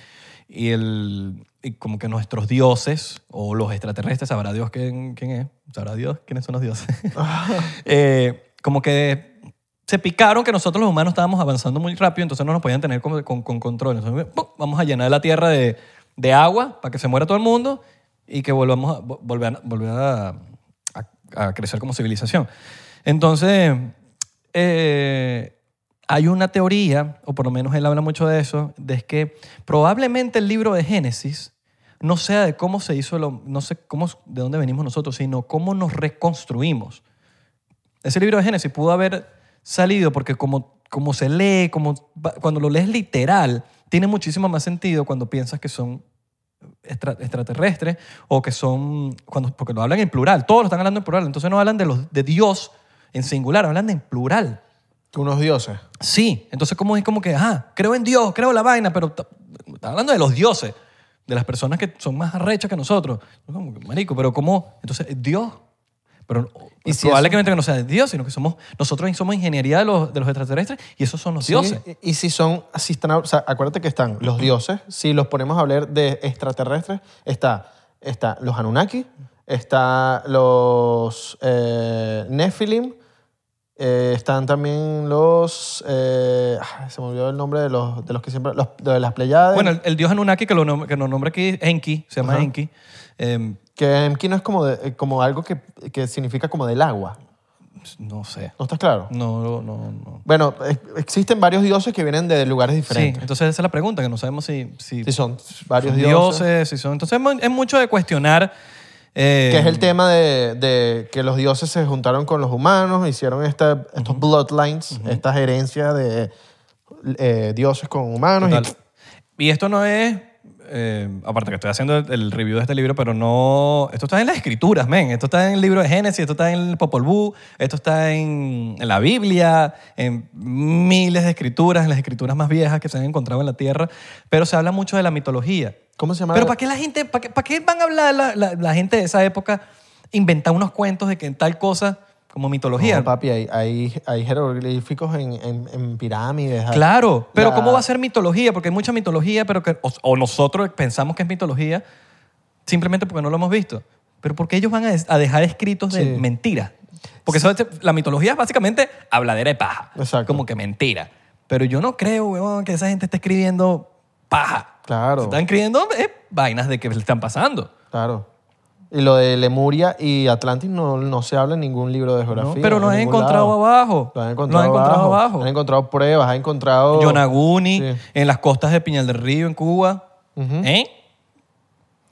[SPEAKER 2] y el, y como que nuestros dioses o los extraterrestres, sabrá Dios quién, quién es, sabrá Dios quiénes son los dioses, Eh, como que se picaron que nosotros los humanos estábamos avanzando muy rápido, entonces no nos podían tener como con, con control. Entonces, ¡pum! vamos a llenar la tierra de, de agua para que se muera todo el mundo y que volvamos a, vo- volver, a- volver a, a- a crecer como civilización. Entonces, eh, hay una teoría, o por lo menos él habla mucho de eso, de es que probablemente el libro de Génesis no sea de cómo se hizo, el hom- no sé cómo, de dónde venimos nosotros, sino cómo nos reconstruimos. Ese libro de Génesis pudo haber salido porque como, como se lee, como, va- cuando lo lees literal, tiene muchísimo más sentido cuando piensas que son extra- extraterrestres o que son, cuando, porque lo hablan en plural, todos lo están hablando en plural, entonces no hablan de, los, de Dios en singular, hablan en plural.
[SPEAKER 1] Unos dioses.
[SPEAKER 2] Sí, entonces como es como que, ah, creo en Dios, creo la vaina, pero ta- está hablando de los dioses, de las personas que son más arrechas que nosotros. Como que, Marico, pero ¿cómo? Entonces, Dios. Pero
[SPEAKER 1] ¿Y
[SPEAKER 2] y
[SPEAKER 1] si
[SPEAKER 2] probablemente que no sea Dios, sino que somos nosotros somos ingeniería de los, de los extraterrestres y esos son los dioses.
[SPEAKER 1] Sí, Y, y si son, si están, o sea, acuérdate que están los dioses, si los ponemos a hablar de extraterrestres, está, está los Anunnaki, está los eh, Nephilim, eh, están también los, eh, ah, se me olvidó el nombre de los, de los que siempre, los, de las Pleiades,
[SPEAKER 2] Bueno, el, el dios Anunnaki que, lo nom- que nos nombra aquí, Enki, se llama
[SPEAKER 1] Ajá.
[SPEAKER 2] Enki. Em,
[SPEAKER 1] que Enki no es como, de- como algo que, que significa como del agua,
[SPEAKER 2] no sé.
[SPEAKER 1] ¿no estás claro?
[SPEAKER 2] No, no, no.
[SPEAKER 1] Bueno, eh, existen varios dioses que vienen de lugares
[SPEAKER 2] Sí,
[SPEAKER 1] diferentes.
[SPEAKER 2] entonces esa es la pregunta, que no sabemos si, si
[SPEAKER 1] Sí, son varios
[SPEAKER 2] son
[SPEAKER 1] dioses.
[SPEAKER 2] dioses, si son. Entonces es mu- es mucho de cuestionar. eh,
[SPEAKER 1] Que es el tema de, de que los dioses se juntaron con los humanos, hicieron esta, estos bloodlines, estas herencias de eh, dioses con humanos. y-
[SPEAKER 2] Total. Y esto no es, eh, aparte que estoy haciendo el, el review de este libro, pero no, esto está en las escrituras, men. Esto está en el libro de Génesis, esto está en el Popol Vuh, esto está en, en la Biblia, en miles de escrituras, en las escrituras más viejas que se han encontrado en la Tierra, pero se habla mucho de la mitología.
[SPEAKER 1] ¿Cómo se llama?
[SPEAKER 2] Pero ¿para qué la gente, para qué, para qué van a hablar la, la- la gente de esa época, inventar unos cuentos de que tal cosa como mitología?
[SPEAKER 1] No, papi, hay, hay, hay jeroglíficos en, en- en pirámides. hay-
[SPEAKER 2] Claro, pero
[SPEAKER 1] la-
[SPEAKER 2] ¿cómo va a ser mitología? Porque hay mucha mitología, pero que, o, o nosotros pensamos que es mitología simplemente porque no lo hemos visto. Pero porque ellos van a, des- a dejar escritos de
[SPEAKER 1] Sí.
[SPEAKER 2] mentiras. Porque eso es- la mitología es básicamente habladera de paja.
[SPEAKER 1] Exacto.
[SPEAKER 2] Como que mentira. Pero yo no creo, weón, que esa gente esté escribiendo paja.
[SPEAKER 1] Claro.
[SPEAKER 2] Se están escribiendo eh, vainas de que le están pasando.
[SPEAKER 1] Claro. Y lo de Lemuria y Atlantis no, no se habla en ningún libro de geografía.
[SPEAKER 2] pero lo
[SPEAKER 1] en
[SPEAKER 2] han
[SPEAKER 1] ningún
[SPEAKER 2] encontrado
[SPEAKER 1] lado.
[SPEAKER 2] abajo.
[SPEAKER 1] Lo han
[SPEAKER 2] Lo
[SPEAKER 1] encontrado,
[SPEAKER 2] han encontrado
[SPEAKER 1] abajo.
[SPEAKER 2] abajo.
[SPEAKER 1] Han encontrado pruebas, han encontrado...
[SPEAKER 2] Yonaguni,
[SPEAKER 1] Sí.
[SPEAKER 2] en las costas de Piñal del Río, en Cuba. ¿Eh?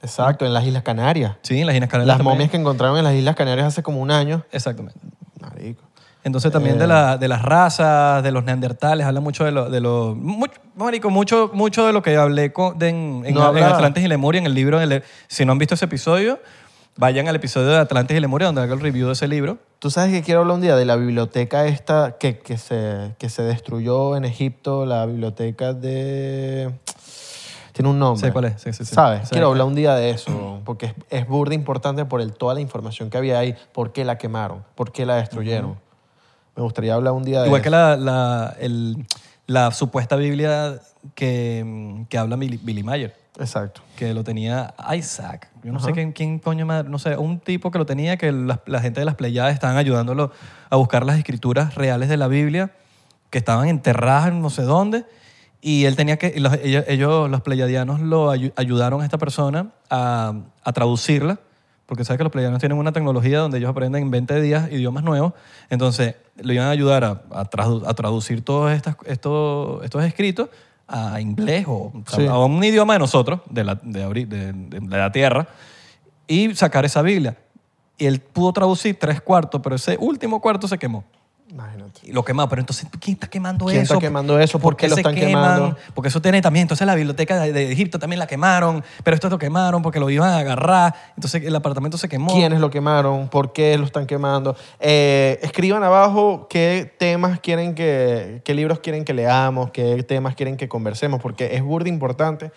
[SPEAKER 1] Exacto, en las Islas Canarias.
[SPEAKER 2] Sí, en las Islas Canarias
[SPEAKER 1] Las
[SPEAKER 2] también.
[SPEAKER 1] momias que encontraron en las Islas Canarias hace como un año.
[SPEAKER 2] Exactamente.
[SPEAKER 1] Marico.
[SPEAKER 2] Entonces también
[SPEAKER 1] Eh.
[SPEAKER 2] de, la- de las razas, de los neandertales, habla mucho de los... De lo, mucho, marico, mucho, mucho de lo que hablé con- de en, en-
[SPEAKER 1] No
[SPEAKER 2] en
[SPEAKER 1] habla-
[SPEAKER 2] Atlantis y Lemuria, en el libro. de Le- si no han visto ese episodio, Vayan al episodio de Atlantis y Lemuria, donde hago el review de ese libro.
[SPEAKER 1] Tú sabes que quiero hablar un día de la biblioteca esta que, que se, que se destruyó en Egipto, la biblioteca de... Tiene un nombre.
[SPEAKER 2] Sé cuál es, sí, sí, sí.
[SPEAKER 1] ¿Sabes?
[SPEAKER 2] Sé
[SPEAKER 1] Quiero
[SPEAKER 2] cuál
[SPEAKER 1] hablar un día de eso, porque es, es burda importante por el, toda la información que había ahí, por qué la quemaron, por qué la destruyeron. Me gustaría hablar un día de
[SPEAKER 2] Igual
[SPEAKER 1] eso.
[SPEAKER 2] que la, la, el- la supuesta Biblia que, mm, que habla Billy, Billy Mayer,
[SPEAKER 1] Exacto.
[SPEAKER 2] que lo tenía Isaac. Yo no sé quién, quién coño, madre- no sé, un tipo que lo tenía, que la, la gente de las Pleiades estaban ayudándolo a buscar las escrituras reales de la Biblia, que estaban enterradas en no sé dónde, y él tenía que, y los, ellos, ellos, los pleiadianos, lo ayu- ayudaron a esta persona a, a traducirla, porque sabes que los pleiadianos tienen una tecnología donde ellos aprenden en 20 días idiomas nuevos, entonces le iban a ayudar a, a tradu- a traducir todos estas, estos, estos escritos a inglés o, o sea,
[SPEAKER 1] Sí.
[SPEAKER 2] a un idioma de nosotros, de la, de, abri- de- de- de la tierra, y sacar esa Biblia. Y él pudo traducir tres cuartos, pero ese último cuarto se quemó.
[SPEAKER 1] Imagínate.
[SPEAKER 2] Y lo quemaba, pero entonces, ¿quién está quemando
[SPEAKER 1] ¿Quién
[SPEAKER 2] eso?
[SPEAKER 1] está quemando eso? ¿Por qué lo
[SPEAKER 2] se
[SPEAKER 1] están
[SPEAKER 2] queman?
[SPEAKER 1] quemando?
[SPEAKER 2] Porque eso tiene también, entonces la biblioteca de, de Egipto también la quemaron, pero esto lo quemaron porque lo iban a agarrar, entonces el apartamento se quemó.
[SPEAKER 1] ¿Quiénes lo quemaron? ¿Por qué lo están quemando? Eh, escriban abajo qué temas quieren que, qué libros quieren que leamos, qué temas quieren que conversemos, porque es burda importante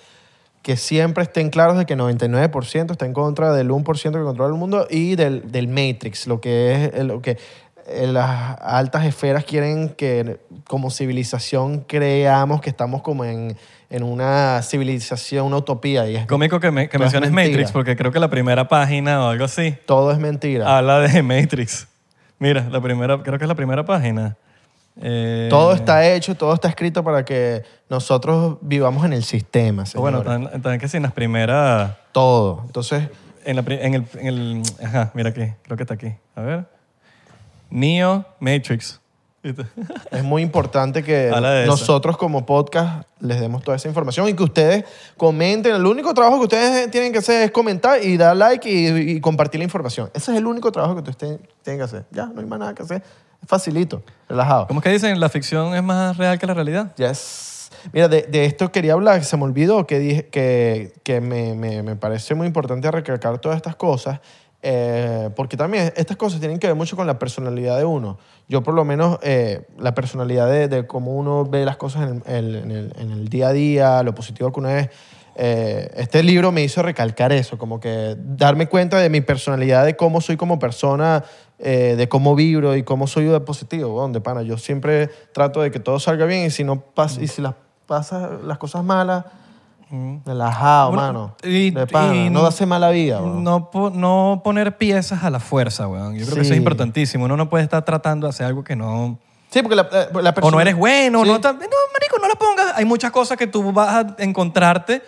[SPEAKER 1] que siempre estén claros de que 99% está en contra del 1% que controla el mundo y del, del Matrix, lo que es eh, lo que eh, las altas esferas quieren que como civilización creamos que estamos como en, en una civilización, una utopía y es-
[SPEAKER 2] Cómico que, me- que
[SPEAKER 1] Todo es
[SPEAKER 2] menciones
[SPEAKER 1] Pues mentira.
[SPEAKER 2] Matrix, porque creo que la primera página o algo así
[SPEAKER 1] todo es mentira.
[SPEAKER 2] habla de Matrix. Mira, la primera, creo que es la primera página. Eh,
[SPEAKER 1] Todo está hecho, todo está escrito para que nosotros vivamos en el sistema,
[SPEAKER 2] o Bueno,
[SPEAKER 1] señores.
[SPEAKER 2] tan- tan que sí, en las primeras...
[SPEAKER 1] todo. Entonces,
[SPEAKER 2] En, la pri- en el, en el- Ajá, mira aquí, creo que está aquí. A ver. Neo Matrix. ¿Viste?
[SPEAKER 1] es muy importante que
[SPEAKER 2] Habla de eso.
[SPEAKER 1] nosotros como podcast les demos toda esa información y que ustedes comenten. El único trabajo que ustedes tienen que hacer es comentar y dar like y, y compartir la información. Ese es el único trabajo que ustedes ten- tienen que hacer. Ya, no hay más nada que hacer. Es facilito, relajado.
[SPEAKER 2] ¿Cómo es que dicen? ¿La ficción es más real que la realidad?
[SPEAKER 1] Yes. Mira, de, de esto quería hablar, se me olvidó que, dije, que, que me, me, me parece muy importante recalcar todas estas cosas, eh, porque también estas cosas tienen que ver mucho con la personalidad de uno. Yo por lo menos, eh, la personalidad de, de cómo uno ve las cosas en el, en el- en el día a día, lo positivo que uno es, eh, este libro me hizo recalcar eso, como que darme cuenta de mi personalidad, de cómo soy como persona, eh, de cómo vibro y cómo soy de positivo. Donde, pana, yo siempre trato de que todo salga bien y si no pas- y si las pasas las cosas malas, relajado,
[SPEAKER 2] Bueno,
[SPEAKER 1] mano.
[SPEAKER 2] y-
[SPEAKER 1] de pana,
[SPEAKER 2] y-
[SPEAKER 1] no hace mala vida, bro.
[SPEAKER 2] No, po- no poner piezas a la fuerza, weón. Yo creo que eso
[SPEAKER 1] Sí.
[SPEAKER 2] es importantísimo. Uno no puede estar tratando de hacer algo que no...
[SPEAKER 1] Sí, porque la, la- la persona...
[SPEAKER 2] O no eres bueno,
[SPEAKER 1] Sí.
[SPEAKER 2] no, tal- no, marico, no lo pongas. Hay muchas cosas que tú vas a encontrarte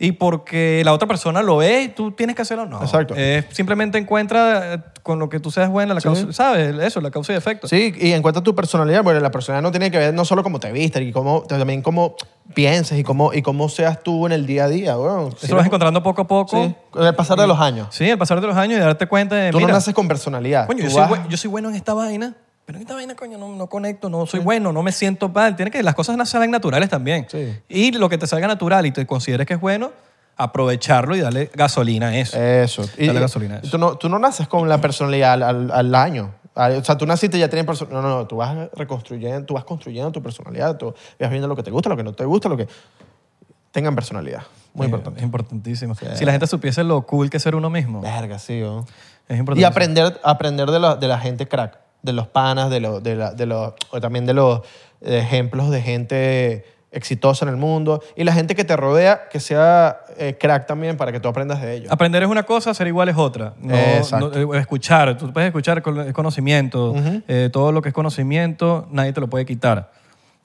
[SPEAKER 2] y porque la otra persona lo ve y tú tienes que hacerlo. No.
[SPEAKER 1] Exacto.
[SPEAKER 2] Eh, simplemente encuentra eh, con lo que tú seas bueno, la causa, ¿sabes? Eso, la causa y efecto.
[SPEAKER 1] Sí, y en cuanto a tu personalidad, bueno, la personalidad no tiene que ver no solo cómo te vistes, y cómo, también cómo pienses y cómo, y cómo seas tú en el día a día, bro.
[SPEAKER 2] Eso lo vas encontrando poco a poco.
[SPEAKER 1] Sí,
[SPEAKER 2] Sí.
[SPEAKER 1] con el pasar de los años.
[SPEAKER 2] al pasar de los años y darte cuenta de,
[SPEAKER 1] Tú
[SPEAKER 2] mira,
[SPEAKER 1] no naces con personalidad.
[SPEAKER 2] coño,
[SPEAKER 1] tú
[SPEAKER 2] yo soy,
[SPEAKER 1] vas-
[SPEAKER 2] bue- yo soy bueno en esta vaina, pero en esta vaina, coño, no, no conecto, no soy bueno, no me siento mal. Tiene que, las cosas no salen naturales también.
[SPEAKER 1] Sí.
[SPEAKER 2] Y lo que te salga natural y te consideres que es bueno, aprovecharlo y darle gasolina a eso.
[SPEAKER 1] Eso.
[SPEAKER 2] Dale gasolina a eso.
[SPEAKER 1] Tú no, tú no naces con la personalidad al, al- al año. Al- O sea, tú naciste y ya tienes personalidad. No, no, no. Tú vas reconstruyendo, tú vas construyendo tu personalidad. Tú vas viendo lo que te gusta, lo que no te gusta, lo que... Tengan personalidad. Muy
[SPEAKER 2] Eh,
[SPEAKER 1] importante.
[SPEAKER 2] es importantísimo. Si la gente supiese lo cool que es ser uno mismo,
[SPEAKER 1] Verga, sí, ¿no?
[SPEAKER 2] es
[SPEAKER 1] Y
[SPEAKER 2] importante.
[SPEAKER 1] aprender, aprender de, la, de la gente crack, de los panas, de los, de la- de los- o también de los ejemplos de gente exitosa en el mundo y la gente que te rodea que sea eh, crack también para que tú aprendas de ellos.
[SPEAKER 2] Aprender es una cosa, ser igual es otra. No-
[SPEAKER 1] Exacto.
[SPEAKER 2] no- eh, escuchar, tú puedes escuchar, con- es conocimiento. Eh, todo lo que es conocimiento, nadie te lo puede quitar.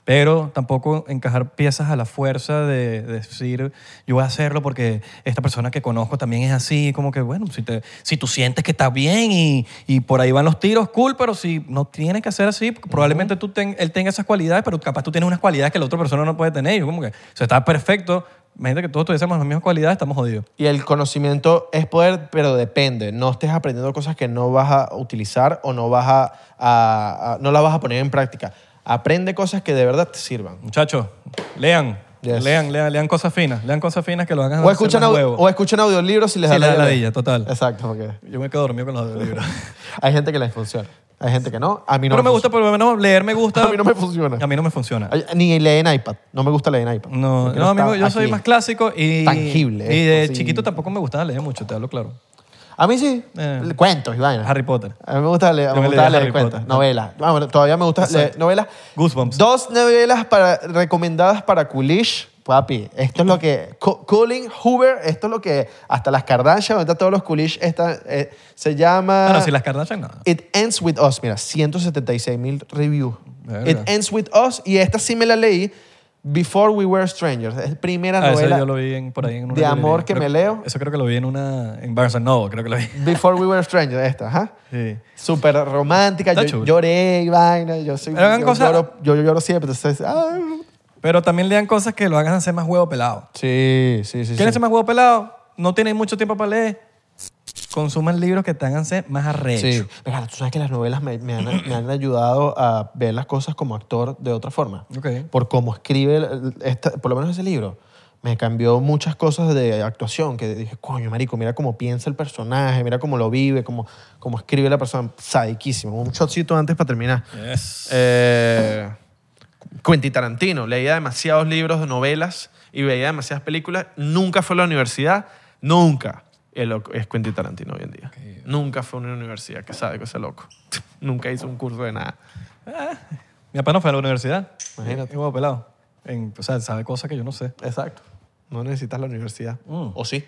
[SPEAKER 2] Pero tampoco encajar piezas a la fuerza de, de decir, yo voy a hacerlo porque esta persona que conozco también es así. Como que, bueno, si, te, si tú sientes que está bien y, y por ahí van los tiros, cool, pero si no tienes que hacer así, porque probablemente tú ten- él tenga esas cualidades, pero capaz tú tienes unas cualidades que la otra persona no puede tener. Yo como que, o sea, está perfecto. Imagínate que todos tuviésemos las mismas cualidades, estamos jodidos.
[SPEAKER 1] Y el conocimiento es poder, pero depende. No estés aprendiendo cosas que no vas a utilizar o no vas a, a- a- no las vas a poner en práctica. Aprende cosas que de verdad te sirvan.
[SPEAKER 2] Muchachos, lean,
[SPEAKER 1] Yes.
[SPEAKER 2] Lean, lean, lean cosas finas. Lean cosas finas que lo hagan
[SPEAKER 1] O escuchan,
[SPEAKER 2] a
[SPEAKER 1] au- o escuchan audiolibros si les
[SPEAKER 2] Sí,
[SPEAKER 1] da
[SPEAKER 2] les da
[SPEAKER 1] la
[SPEAKER 2] ladilla, total.
[SPEAKER 1] Exacto, porque
[SPEAKER 2] Yo me quedo dormido con los audiolibros.
[SPEAKER 1] hay gente que les funciona. Hay gente que no. A mí no
[SPEAKER 2] Pero me gusta, por lo menos leer me gusta.
[SPEAKER 1] A mí no me funciona.
[SPEAKER 2] A mí no me funciona.
[SPEAKER 1] Ay, Ni leen iPad. No me gusta leer en iPad.
[SPEAKER 2] No,
[SPEAKER 1] Porque
[SPEAKER 2] no,
[SPEAKER 1] está
[SPEAKER 2] amigo, yo soy
[SPEAKER 1] aquí.
[SPEAKER 2] más clásico y...
[SPEAKER 1] Tangible,
[SPEAKER 2] Y de
[SPEAKER 1] esto, sí.
[SPEAKER 2] chiquito tampoco me gustaba leer mucho, te hablo claro.
[SPEAKER 1] A mí sí.
[SPEAKER 2] Eh.
[SPEAKER 1] Cuentos y vainas.
[SPEAKER 2] Harry Potter.
[SPEAKER 1] A mí me gusta leer,
[SPEAKER 2] Yo
[SPEAKER 1] me
[SPEAKER 2] me
[SPEAKER 1] gustaba
[SPEAKER 2] leía
[SPEAKER 1] leer
[SPEAKER 2] Harry
[SPEAKER 1] cuentos,
[SPEAKER 2] Potter.
[SPEAKER 1] novelas. Ah, bueno, todavía me gusta leer novelas.
[SPEAKER 2] Goosebumps.
[SPEAKER 1] Dos novelas para, recomendadas para Coolish. Papi, esto es lo que... Co- Colin Hoover, esto es lo que... Hasta las Kardashian, ahorita todos los Coolish están... eh, se llama...
[SPEAKER 2] Ah, no, si las Kardashian, no.
[SPEAKER 1] It Ends With Us. Mira, 176 mil reviews.
[SPEAKER 2] Verga.
[SPEAKER 1] It Ends With Us. Y esta sí me la leí. Before We Were Strangers. Es la primera
[SPEAKER 2] Ah, eso
[SPEAKER 1] novela.
[SPEAKER 2] yo lo vi en- por ahí en una
[SPEAKER 1] de amor
[SPEAKER 2] librería.
[SPEAKER 1] que
[SPEAKER 2] Creo
[SPEAKER 1] me leo.
[SPEAKER 2] Eso creo que lo vi en una... En Barnes Noble, creo que lo vi.
[SPEAKER 1] Before We Were Strangers, esta, ajá.
[SPEAKER 2] Sí.
[SPEAKER 1] Súper romántica.
[SPEAKER 2] Está
[SPEAKER 1] Yo,
[SPEAKER 2] chulo.
[SPEAKER 1] lloré y vaina. Yo, soy,
[SPEAKER 2] Pero hagan
[SPEAKER 1] yo,
[SPEAKER 2] cosas-
[SPEAKER 1] lloro, yo lloro siempre. Entonces, ah. ay.
[SPEAKER 2] Pero también lean cosas que lo hagan hacer más huevo pelado.
[SPEAKER 1] Sí, sí, sí. sí.
[SPEAKER 2] ¿Quieren ser más huevo pelado? No tienen mucho tiempo para leer. Consuman libros que te hagan ser más arrecho.
[SPEAKER 1] Sí. Venga, tú sabes que las novelas me, me han, me han ayudado a ver las cosas como actor de otra forma.
[SPEAKER 2] Ok.
[SPEAKER 1] Por cómo escribe, el- esta- por lo menos ese libro, me cambió muchas cosas de actuación. Que dije, coño, marico, mira cómo piensa el personaje, mira cómo lo vive, cómo, cómo escribe la persona. Sadiquísimo. Un shotcito antes para terminar.
[SPEAKER 2] Yes.
[SPEAKER 1] Eh, Quentin Tarantino. Leía demasiados libros de novelas y veía demasiadas películas. Nunca fue a la universidad. Nunca. El loco- es Quentin Tarantino hoy en día. Nunca fue a una universidad que sabe que es loco. Nunca hizo un curso de nada.
[SPEAKER 2] Mi papá no fue a la universidad.
[SPEAKER 1] Imagínate.
[SPEAKER 2] Es huevo pelado. En- o sea, sabe cosas que yo no sé.
[SPEAKER 1] Exacto. No necesitas la universidad.
[SPEAKER 2] Mm.
[SPEAKER 1] ¿O sí?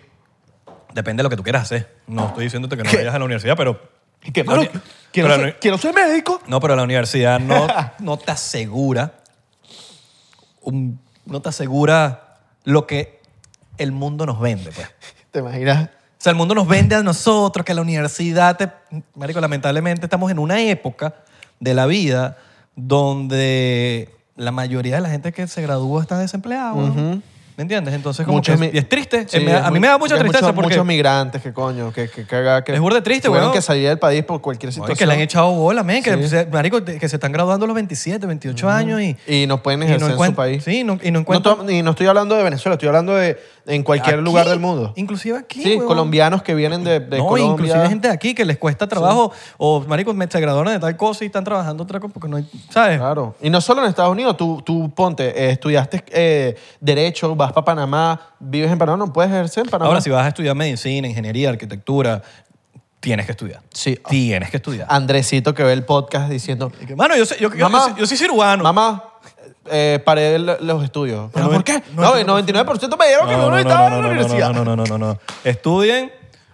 [SPEAKER 2] Depende de lo que tú quieras hacer. No estoy diciéndote que no vayas a la universidad, pero...
[SPEAKER 1] Y que,
[SPEAKER 2] Pero-
[SPEAKER 1] mano, quiero,
[SPEAKER 2] pero
[SPEAKER 1] ser,
[SPEAKER 2] no-
[SPEAKER 1] quiero ser médico.
[SPEAKER 2] No, pero la universidad no, no te asegura... un- no te asegura lo que el mundo nos vende, pues.
[SPEAKER 1] ¿Te imaginas?
[SPEAKER 2] O sea, el mundo nos vende a nosotros que la universidad te... Marico, lamentablemente estamos en una época de la vida donde la mayoría de la gente que se gradúa está desempleada, weón. ¿Me entiendes? Entonces, como
[SPEAKER 1] Muchos
[SPEAKER 2] que
[SPEAKER 1] mi-
[SPEAKER 2] es- y es triste.
[SPEAKER 1] Sí,
[SPEAKER 2] Eh, me da-
[SPEAKER 1] es
[SPEAKER 2] a mí
[SPEAKER 1] muy-
[SPEAKER 2] me da mucha
[SPEAKER 1] hay
[SPEAKER 2] tristeza
[SPEAKER 1] muchos-
[SPEAKER 2] porque...
[SPEAKER 1] Muchos migrantes que coño, que, que, que, que
[SPEAKER 2] Es burda de triste,
[SPEAKER 1] tuvieron
[SPEAKER 2] weón.
[SPEAKER 1] que salir del país por cualquier
[SPEAKER 2] Ay,
[SPEAKER 1] situación.
[SPEAKER 2] que le han echado bola, men, que,
[SPEAKER 1] Sí.
[SPEAKER 2] se- marico, te- que se están graduando a los 27, 28 años y...
[SPEAKER 1] Y no pueden ejercer en su
[SPEAKER 2] encuent-
[SPEAKER 1] país.
[SPEAKER 2] Sí, no- y no
[SPEAKER 1] No
[SPEAKER 2] encuentran...
[SPEAKER 1] to- y no estoy hablando de Venezuela, estoy hablando de en cualquier
[SPEAKER 2] Aquí,
[SPEAKER 1] lugar del mundo.
[SPEAKER 2] Inclusive aquí,
[SPEAKER 1] Sí,
[SPEAKER 2] weón.
[SPEAKER 1] colombianos que vienen de, de
[SPEAKER 2] no,
[SPEAKER 1] Colombia.
[SPEAKER 2] inclusive gente de aquí que les cuesta trabajo o maricos me se graduaron de tal cosa y están trabajando otra cosa porque no hay, ¿sabes?
[SPEAKER 1] Claro. Y no solo en Estados Unidos, tú, tú ponte, eh, estudiaste eh, Derecho, vas para Panamá, vives en Panamá, no puedes ejercer en Panamá.
[SPEAKER 2] Ahora si vas a estudiar medicina, ingeniería, arquitectura, tienes que estudiar.
[SPEAKER 1] Sí.
[SPEAKER 2] Tienes que estudiar.
[SPEAKER 1] Andresito que ve el podcast diciendo,
[SPEAKER 2] Y que, Mano, yo soy, yo, yo-
[SPEAKER 1] Mamá.
[SPEAKER 2] yo soy- yo soy cirujano.
[SPEAKER 1] mamá, eh, paré lo- los estudios. ¿Pero por
[SPEAKER 2] noven-
[SPEAKER 1] qué?
[SPEAKER 2] no,
[SPEAKER 1] No, el 99% me dijeron que no, estaba en la universidad.
[SPEAKER 2] No, no, no, no, no. Estudien,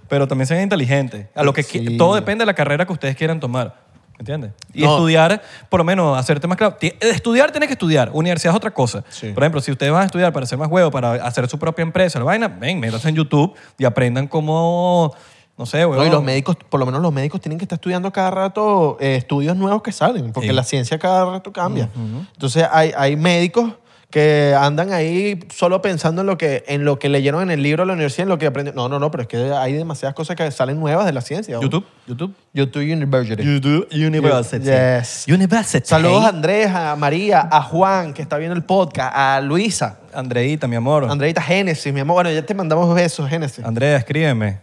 [SPEAKER 2] pero también sean inteligentes. A lo que qui-
[SPEAKER 1] Sí.
[SPEAKER 2] todo depende de la carrera que ustedes quieran tomar. ¿Me entiendes? Y
[SPEAKER 1] No.
[SPEAKER 2] estudiar, por lo menos, hacerte más claro. Ti- Estudiar tienes que estudiar. Universidad es otra cosa.
[SPEAKER 1] Sí.
[SPEAKER 2] Por ejemplo, si ustedes van a estudiar para hacer más huevos, para hacer su propia empresa, la vaina, ven, métanse en YouTube y aprendan cómo, no sé, huevón.
[SPEAKER 1] No, y los médicos, por lo menos los médicos tienen que estar estudiando cada rato eh, estudios nuevos que salen, porque
[SPEAKER 2] Sí.
[SPEAKER 1] la ciencia cada rato cambia. Entonces hay, hay médicos que andan ahí solo pensando en lo que en lo que leyeron en el libro de la universidad, en lo que aprenden. No, no, no, pero es que hay demasiadas cosas que salen nuevas de la ciencia.
[SPEAKER 2] YouTube, YouTube.
[SPEAKER 1] YouTube University.
[SPEAKER 2] YouTube
[SPEAKER 1] University. Yes.
[SPEAKER 2] University.
[SPEAKER 1] Saludos a Andrés, a María, a Juan, que está viendo el podcast, a Luisa,
[SPEAKER 2] Andreita, mi amor.
[SPEAKER 1] Andreita Génesis, mi amor. Bueno, ya te mandamos besos, Génesis.
[SPEAKER 2] Andrea, escríbeme.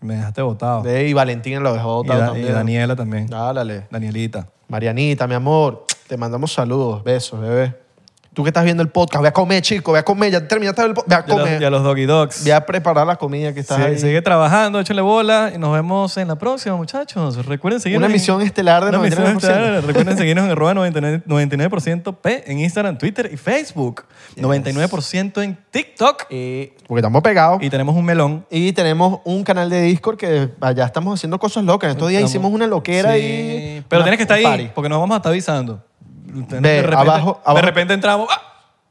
[SPEAKER 2] Me dejaste botado.
[SPEAKER 1] De- Y Valentina lo dejó
[SPEAKER 2] Y,
[SPEAKER 1] botado
[SPEAKER 2] Da- y
[SPEAKER 1] también.
[SPEAKER 2] Daniela también.
[SPEAKER 1] Dálale.
[SPEAKER 2] Danielita.
[SPEAKER 1] Marianita, mi amor, te mandamos saludos, besos, bebé. Tú que estás viendo el podcast, ve a comer, chico, ve a comer, ya terminaste el podcast, ve a
[SPEAKER 2] Y a los,
[SPEAKER 1] comer.
[SPEAKER 2] y a los Doggy Dogs.
[SPEAKER 1] Ve a preparar la comida que está
[SPEAKER 2] Sí,
[SPEAKER 1] ahí.
[SPEAKER 2] sigue trabajando, échale bola y nos vemos en la próxima, muchachos. Recuerden seguirnos.
[SPEAKER 1] Una
[SPEAKER 2] en-
[SPEAKER 1] misión estelar de
[SPEAKER 2] Una misión
[SPEAKER 1] 99%.
[SPEAKER 2] estelar. Recuerden seguirnos en arroba 99%, 99% P en Instagram, Twitter y Facebook. 99% en TikTok.
[SPEAKER 1] Y- porque estamos pegados.
[SPEAKER 2] Y tenemos un melón.
[SPEAKER 1] Y tenemos un canal de Discord que allá estamos haciendo cosas locas. En estos días
[SPEAKER 2] Estamos-
[SPEAKER 1] hicimos una loquera
[SPEAKER 2] Sí.
[SPEAKER 1] y...
[SPEAKER 2] Pero
[SPEAKER 1] una-
[SPEAKER 2] tienes que estar
[SPEAKER 1] un
[SPEAKER 2] ahí,
[SPEAKER 1] party.
[SPEAKER 2] porque nos vamos a estar avisando. De
[SPEAKER 1] abajo- abajo.
[SPEAKER 2] de repente entramos. ¡ah!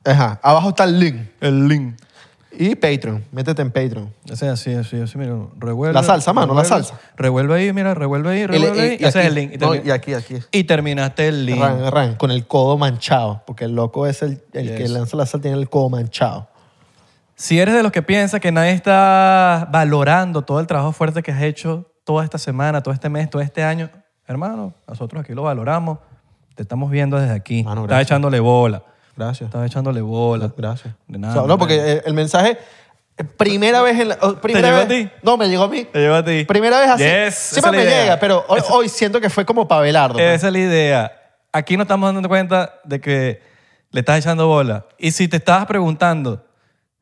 [SPEAKER 1] Ajá, abajo está el link.
[SPEAKER 2] El link.
[SPEAKER 1] Y Patreon, métete en Patreon.
[SPEAKER 2] O sea, así, así, así, mira, revuelve.
[SPEAKER 1] La salsa, mano, la
[SPEAKER 2] revuelve,
[SPEAKER 1] salsa.
[SPEAKER 2] Revuelve ahí, mira, revuelve ahí,
[SPEAKER 1] El-
[SPEAKER 2] revuelve
[SPEAKER 1] el-
[SPEAKER 2] ahí. Y
[SPEAKER 1] aquí.
[SPEAKER 2] ese es el link. Y,
[SPEAKER 1] No,
[SPEAKER 2] termi-
[SPEAKER 1] y aquí, aquí.
[SPEAKER 2] y terminaste el link.
[SPEAKER 1] Arran, arran, con el codo manchado, porque el loco es el, el que
[SPEAKER 2] Yes.
[SPEAKER 1] lanza la sal, tiene el codo manchado.
[SPEAKER 2] Si eres de los que piensa que nadie está valorando todo el trabajo fuerte que has hecho toda esta semana, todo este mes, todo este año, hermano, nosotros aquí lo valoramos. Te estamos viendo desde aquí.
[SPEAKER 1] Mano,
[SPEAKER 2] Estás
[SPEAKER 1] gracias.
[SPEAKER 2] echándole bola.
[SPEAKER 1] Gracias.
[SPEAKER 2] Estaba echándole bola.
[SPEAKER 1] Gracias.
[SPEAKER 2] De
[SPEAKER 1] O
[SPEAKER 2] nada.
[SPEAKER 1] sea,
[SPEAKER 2] de
[SPEAKER 1] no,
[SPEAKER 2] nada.
[SPEAKER 1] porque eh, el mensaje, eh, primera vez en la... oh, primera
[SPEAKER 2] llegó a
[SPEAKER 1] vez-
[SPEAKER 2] ti?
[SPEAKER 1] No, me llegó a mí.
[SPEAKER 2] Te llevo a ti.
[SPEAKER 1] Primera vez así.
[SPEAKER 2] Yes, esa
[SPEAKER 1] Siempre me
[SPEAKER 2] es la idea.
[SPEAKER 1] llega, pero hoy, hoy siento que fue como para Belardo. pues.
[SPEAKER 2] Esa es la idea. Aquí no estamos dando cuenta de que le estás echando bola. Y si te estabas preguntando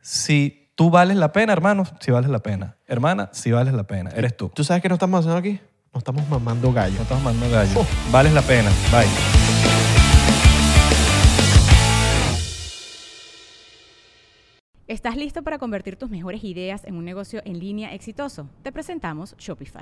[SPEAKER 2] si tú vales la pena, hermano, si vales la pena. Hermana, si vales la pena. Eres tú.
[SPEAKER 1] ¿Tú sabes qué no estamos haciendo aquí? No estamos mamando gallo.
[SPEAKER 2] No estamos mandando gallo. Vales la pena. Bye.
[SPEAKER 3] ¿Estás listo para convertir tus mejores ideas en un negocio en línea exitoso? Te presentamos Shopify.